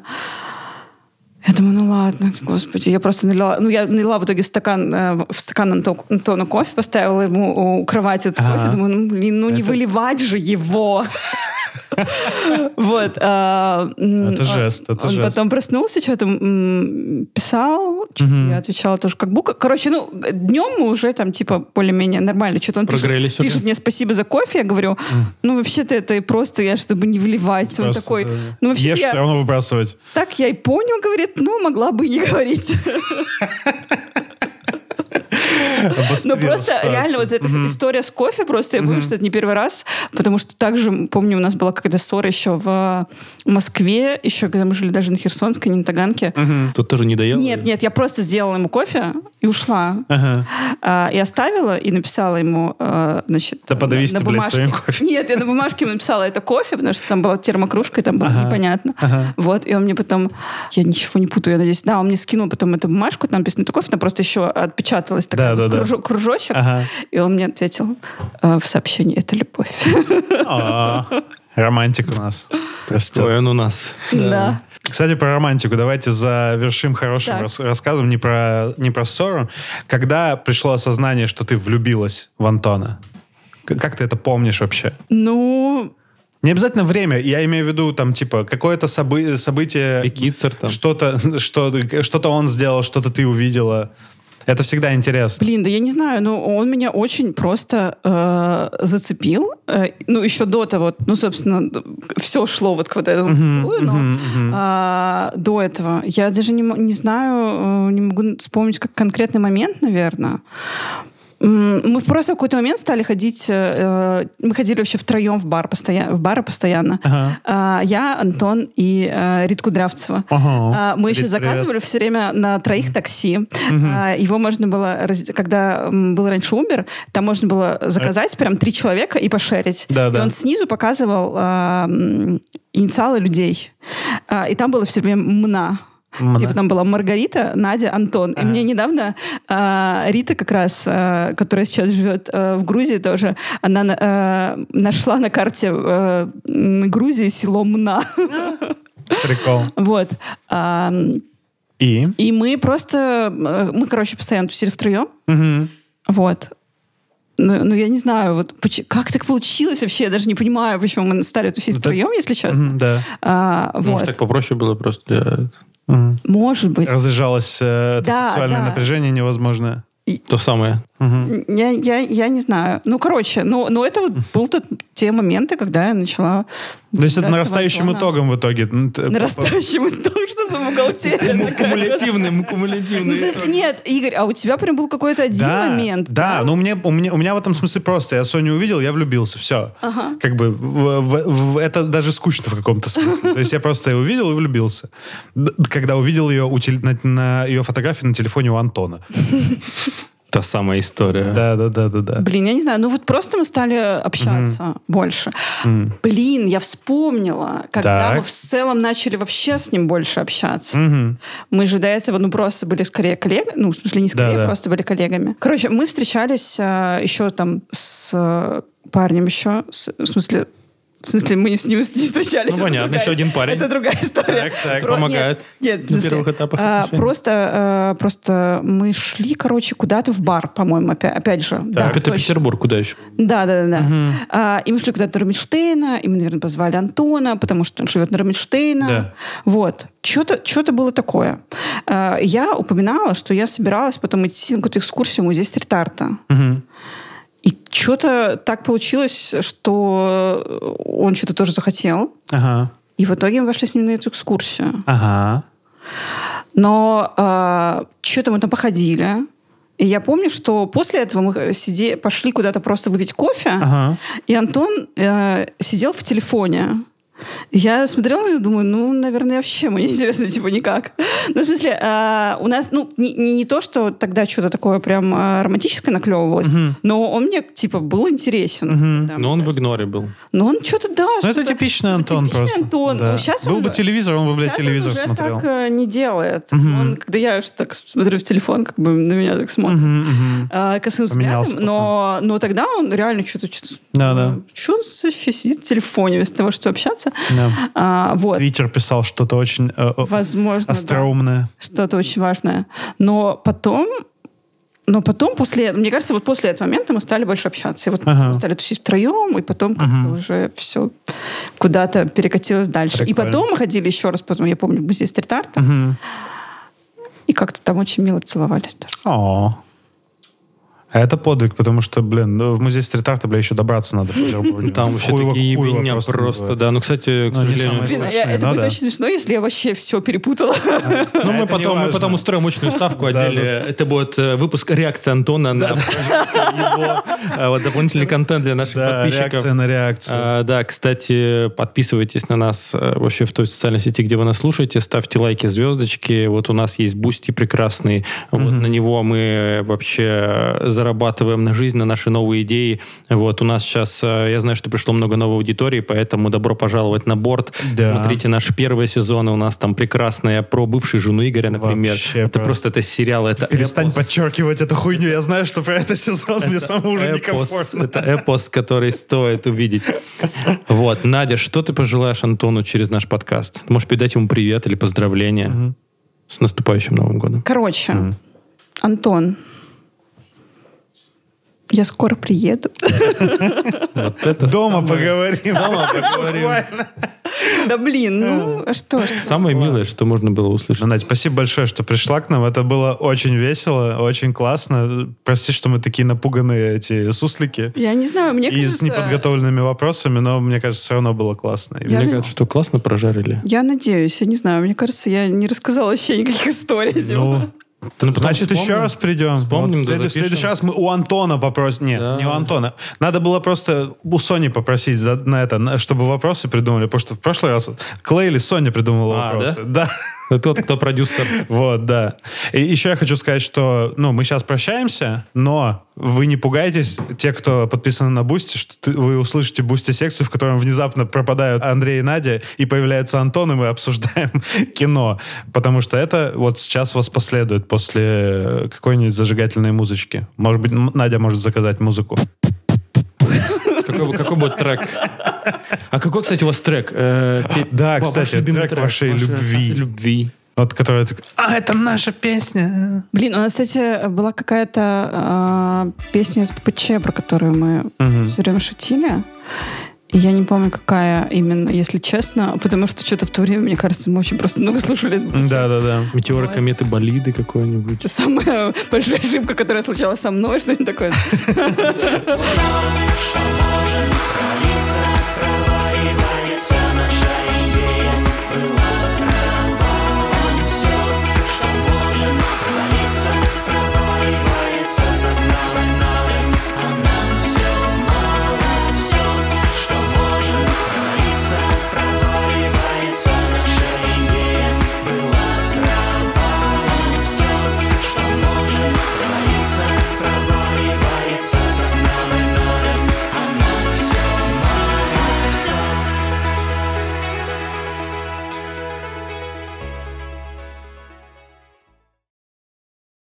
я думаю, ну ладно, господи, я просто налила, ну я налила в итоге в стакан, э, в- в стакан Анто- Антона кофе, поставила ему у кровати этот
Ага.
кофе, думаю, ну блин, ну не выливать
[laughs]
же его. Вот. а, м,
Это жест, это
он
жест.
потом проснулся, что-то м, писал, что-то я отвечала тоже как бука. Короче, ну, днем мы уже там, типа, более-менее нормально. Что-то он
Прогрелись
пишет,
уже.
пишет мне спасибо за кофе, я говорю, ну, вообще-то это просто я, чтобы не вливать. Он
Просто,
такой,
да.
ну, вообще
Ешь, все
я
равно выбрасывать.
так я и понял, говорит, ну, могла бы и не
[laughs]
говорить. [laughs] Ну,
Обострила
просто
ситуацию.
реально вот эта с- история с кофе, просто я помню, что это не первый раз, потому что также, помню, у нас была какая-то ссора еще в э, Москве, еще когда мы жили даже на Херсонской, не на Таганке.
Тут тоже не доел?
Нет, нет, я просто сделала ему кофе и ушла. А, и оставила, и написала ему, э, значит...
Да подавись
на-
ты,
на
блядь,
бумажке.
своим кофе.
Нет, я на бумажке ему написала, это кофе, потому что там была термокружка, и там было непонятно. Вот, и он мне потом... Я ничего не путаю, я надеюсь. Да, он мне скинул потом эту бумажку, там написано это кофе, там просто еще отпечаталась
Да,
такая
да,
вот
да.
кружо- кружочек.
Ага.
И он мне ответил э, в сообщении, это любовь.
А, Романтик у нас. Растет.
Ой, он у нас.
[laughs] Да.
Кстати, про романтику. Давайте завершим хорошим
Так.
рас- рассказом, не про, не про ссору. Когда пришло осознание, что ты влюбилась в Антона? К- Как ты это помнишь вообще?
Ну,
Не обязательно время. Я имею в виду, там, типа, какое-то собы- событие...
Бекицер там.
Что-то, что, что-то он сделал, что-то ты увидела. Это всегда интересно.
Блин, да я не знаю, но он меня очень просто э, зацепил. Э, ну, еще до того, ну, собственно, все шло вот к вот этому поцелую, но а, до этого. Я даже не, мо- не знаю, э, не могу вспомнить как конкретный момент, наверное. М, Мы просто в какой-то момент стали ходить, э, э, мы ходили вообще втроем в бар постоянно, в бары постоянно. А, я, Антон и э, Рит Кудрявцева.
Ага.
А, мы еще
Рит, привет.
заказывали все время на троих такси. А, его можно было, раз- когда м, был раньше Uber, там можно было заказать прям три человека и пошерить.
Да,
и
да.
он снизу показывал а, м, инициалы людей. А, и там было все время «мна». Типа там была Маргарита, Надя, Антон. И мне недавно а, Рита как раз, а, которая сейчас живет а, в Грузии тоже, она на- а, нашла на карте а, м, Грузии село Мна. [laughs]
Прикол.
Вот. А,
И?
И мы просто... э, Мы, короче, постоянно тусили втроем.
Мгм.
Вот. Ну, ну, я не знаю, вот поч- как так получилось вообще, я даже не понимаю, почему мы стали тусить
Ну, так-
втроем, если честно.
Мгм, Да.
А, вот.
Может, так попроще было просто
Мгм.
Может быть.
Разряжалось э, это
Да,
сексуальное
да.
напряжение невозможное.
то самое.
Я, я, я не знаю. Ну, короче, ну, ну это вот был тот те моменты, когда я начала...
То есть это
влюбляться в
нарастающим
Антона.
итогом в итоге. Ну, т-
Нарастающим итогом, что за бухгалтерия.
Кумулятивным,
Ну,
кумулятивным.
в смысле, нет, Игорь, а у тебя прям был какой-то один
Да,
момент.
Да, ну мне, у, меня, у меня в этом смысле просто. Я Соню увидел, я влюбился, все. Как бы в- в- в- это даже скучно в каком-то смысле. То есть я просто ее увидел и влюбился. Д- Когда увидел ее у теле- на, на ее фотографии на телефоне у Антона.
Та самая история.
Да, да, да, да, да.
Блин, я не знаю, ну вот просто мы стали общаться больше. Блин, я вспомнила, когда
Так.
мы в целом начали вообще с ним больше общаться. Мы же до этого, ну, просто были скорее коллегами, ну, в смысле, не скорее,
Да-да.
просто были коллегами. Короче, мы встречались а, еще там с э, парнем еще, с- в смысле, в смысле, мы с ним не встречались.
Ну,
это
понятно,
другая-
еще один парень.
Это другая история.
Так, так,
Про-
помогает
Нет, нет, в
на
смысле,
первых этапах
а,
отношений.
просто, э, просто мы шли, короче, куда-то в бар, по-моему, опя- опять же. Да,
Так, это
точно.
Петербург, куда еще?
Да, да, да. да. А, и мы шли куда-то на Рубинштейна, и мы, наверное, позвали Антона, потому что он живет на Рубинштейна.
Да.
Вот. Что-то, что-то было такое. А, я упоминала, что я собиралась потом идти на какую-то экскурсию в музей стрит-арта. И что-то так получилось, что он что-то тоже захотел.
Ага.
И в итоге мы пошли с ним на эту экскурсию.
Ага.
Но что-то мы там походили. И я помню, что после этого мы э, сиде... пошли куда-то просто выпить кофе.
Ага.
И Антон э, сидел в телефоне. Я смотрела на него и думаю, ну, наверное, [laughs] вообще мне интересно, типа, никак. Ну, в смысле, э, у нас, ну, не, не- не то, что тогда что-то такое прям э, романтическое наклевывалось, но он мне, типа, был интересен. Да,
Но он
мне
в
кажется.
игноре был.
Но он что-то, да.
Ну, это
что-то-
типичный Антон
типичный
просто.
Антон.
Да.
Ну, сейчас
Был
он-
бы телевизор, он бы, блядь,
Сейчас он
телевизор
уже
смотрел.
так э, не делает. Он, когда я уж так смотрю в телефон, как бы на меня так смотрит
Мгм, мгм.
э, косым
Поменялся
взглядом. Но, но тогда он реально что-то... что
Да-да.
он вообще сидит в телефоне вместо того, чтобы общаться?
Да.
А, вот.
Твиттер писал что-то очень э, э,
Возможно, да,
остроумное.
что-то очень важное. Но потом... Но потом, после, мне кажется, вот после этого момента мы стали больше общаться. И вот
Ага.
мы стали тусить втроем, и потом как-то уже все куда-то перекатилось дальше. И
Прикольно.
потом мы ходили еще раз, потом, я помню, в музей стрит-арта,
Мгм.
и как-то там очень мило целовались тоже.
О. А это подвиг, потому что, блин, ну, в музей стрит-арта, бля, еще добраться надо. в Петербурге.
[laughs] Там вообще
Хуево-
такие
хуево
ебеня просто,
называют.
да. Ну, кстати, к
Ну, они
сожалению...
самые
Блин, а
Страшные,
я- это
ну
будет
да.
очень смешно, если я вообще все перепутала.
Ну,
А
мы
это не
потом, мы
важно.
потом устроим
[laughs]
мощную ставку отдельно. Это будет э, выпуск реакции Антона на [laughs] его э, вот дополнительный контент для наших
Да,
подписчиков.
реакция на реакцию.
А, да, кстати, подписывайтесь на нас э, вообще в той социальной сети, где вы нас слушаете. Ставьте лайки, звездочки. Вот у нас есть бусти прекрасный. Вот на него мы вообще зарабатываем на жизнь, на наши новые идеи. Вот у нас сейчас, э, я знаю, что пришло много новой аудитории, поэтому добро пожаловать на борт.
Да.
Смотрите наши первые сезоны. У нас там прекрасная про бывшей жену Игоря, например.
Вообще
это
просто.
просто, это сериал, это
Перестань
эпос.
подчеркивать эту хуйню. Я знаю, что про это сезон мне самому уже
Эпос,
некомфортно.
это эпос, который стоит увидеть. Вот, Надя, что ты пожелаешь Антону через наш подкаст? Можешь передать ему привет или поздравления с наступающим Новым годом?
Короче, Антон, я скоро приеду.
Дома поговорим. [laughs] Дома поговорим.
Да блин, ну а что ж.
Самое милое, что можно было услышать.
Ну, Надь, спасибо большое, что пришла к нам. Это было очень весело, очень классно. Прости, что мы такие напуганные, эти суслики.
Я не знаю, мне
и с
кажется...
неподготовленными вопросами, но мне кажется, все равно было классно. И
Я
мне
же-
Мне кажется, что классно прожарили.
Я надеюсь, я не знаю, мне кажется, я не рассказала вообще никаких историй. типа.
Ну, значит, еще раз придем.
Вспомним,
в,
да
следующий, в
запишем.
следующий раз мы у Антона попросим. Нет,
Да.
не у Антона. Надо было просто у Сони попросить за- на это, на- чтобы вопросы придумали, потому что в прошлый раз Клей или Соня придумала
А,
вопросы. Да.
Ну, тот, кто продюсер.
Вот, да. И еще я хочу сказать, что, ну, мы сейчас прощаемся, но вы не пугайтесь, те, кто подписан на Бусти, что ты- вы услышите Бусти-секцию, в котором внезапно пропадают Андрей и Надя, и появляется Антон, и мы обсуждаем [laughs] кино. Потому что это вот сейчас вас последует после э, какой-нибудь зажигательной музычки. Может быть, М- Надя может заказать музыку.
Какой, какой будет трек? А какой, кстати, у вас трек? Э, пе-
Да,
ва- ваш
кстати,
любимый
трек вашей любви.
Любви.
Вот которая так, а, это наша песня.
Блин, у нас, кстати, была какая-то а, песня из ППЧ, про которую мы все время шутили. И я не помню, какая именно, если честно, потому что что-то в то время, мне кажется, мы очень просто много слушали из ППЧ.
Да-да-да.
Метеоры, кометы, болиды какой-нибудь.
Это самая большая ошибка, которая случалась со мной, что-нибудь такое.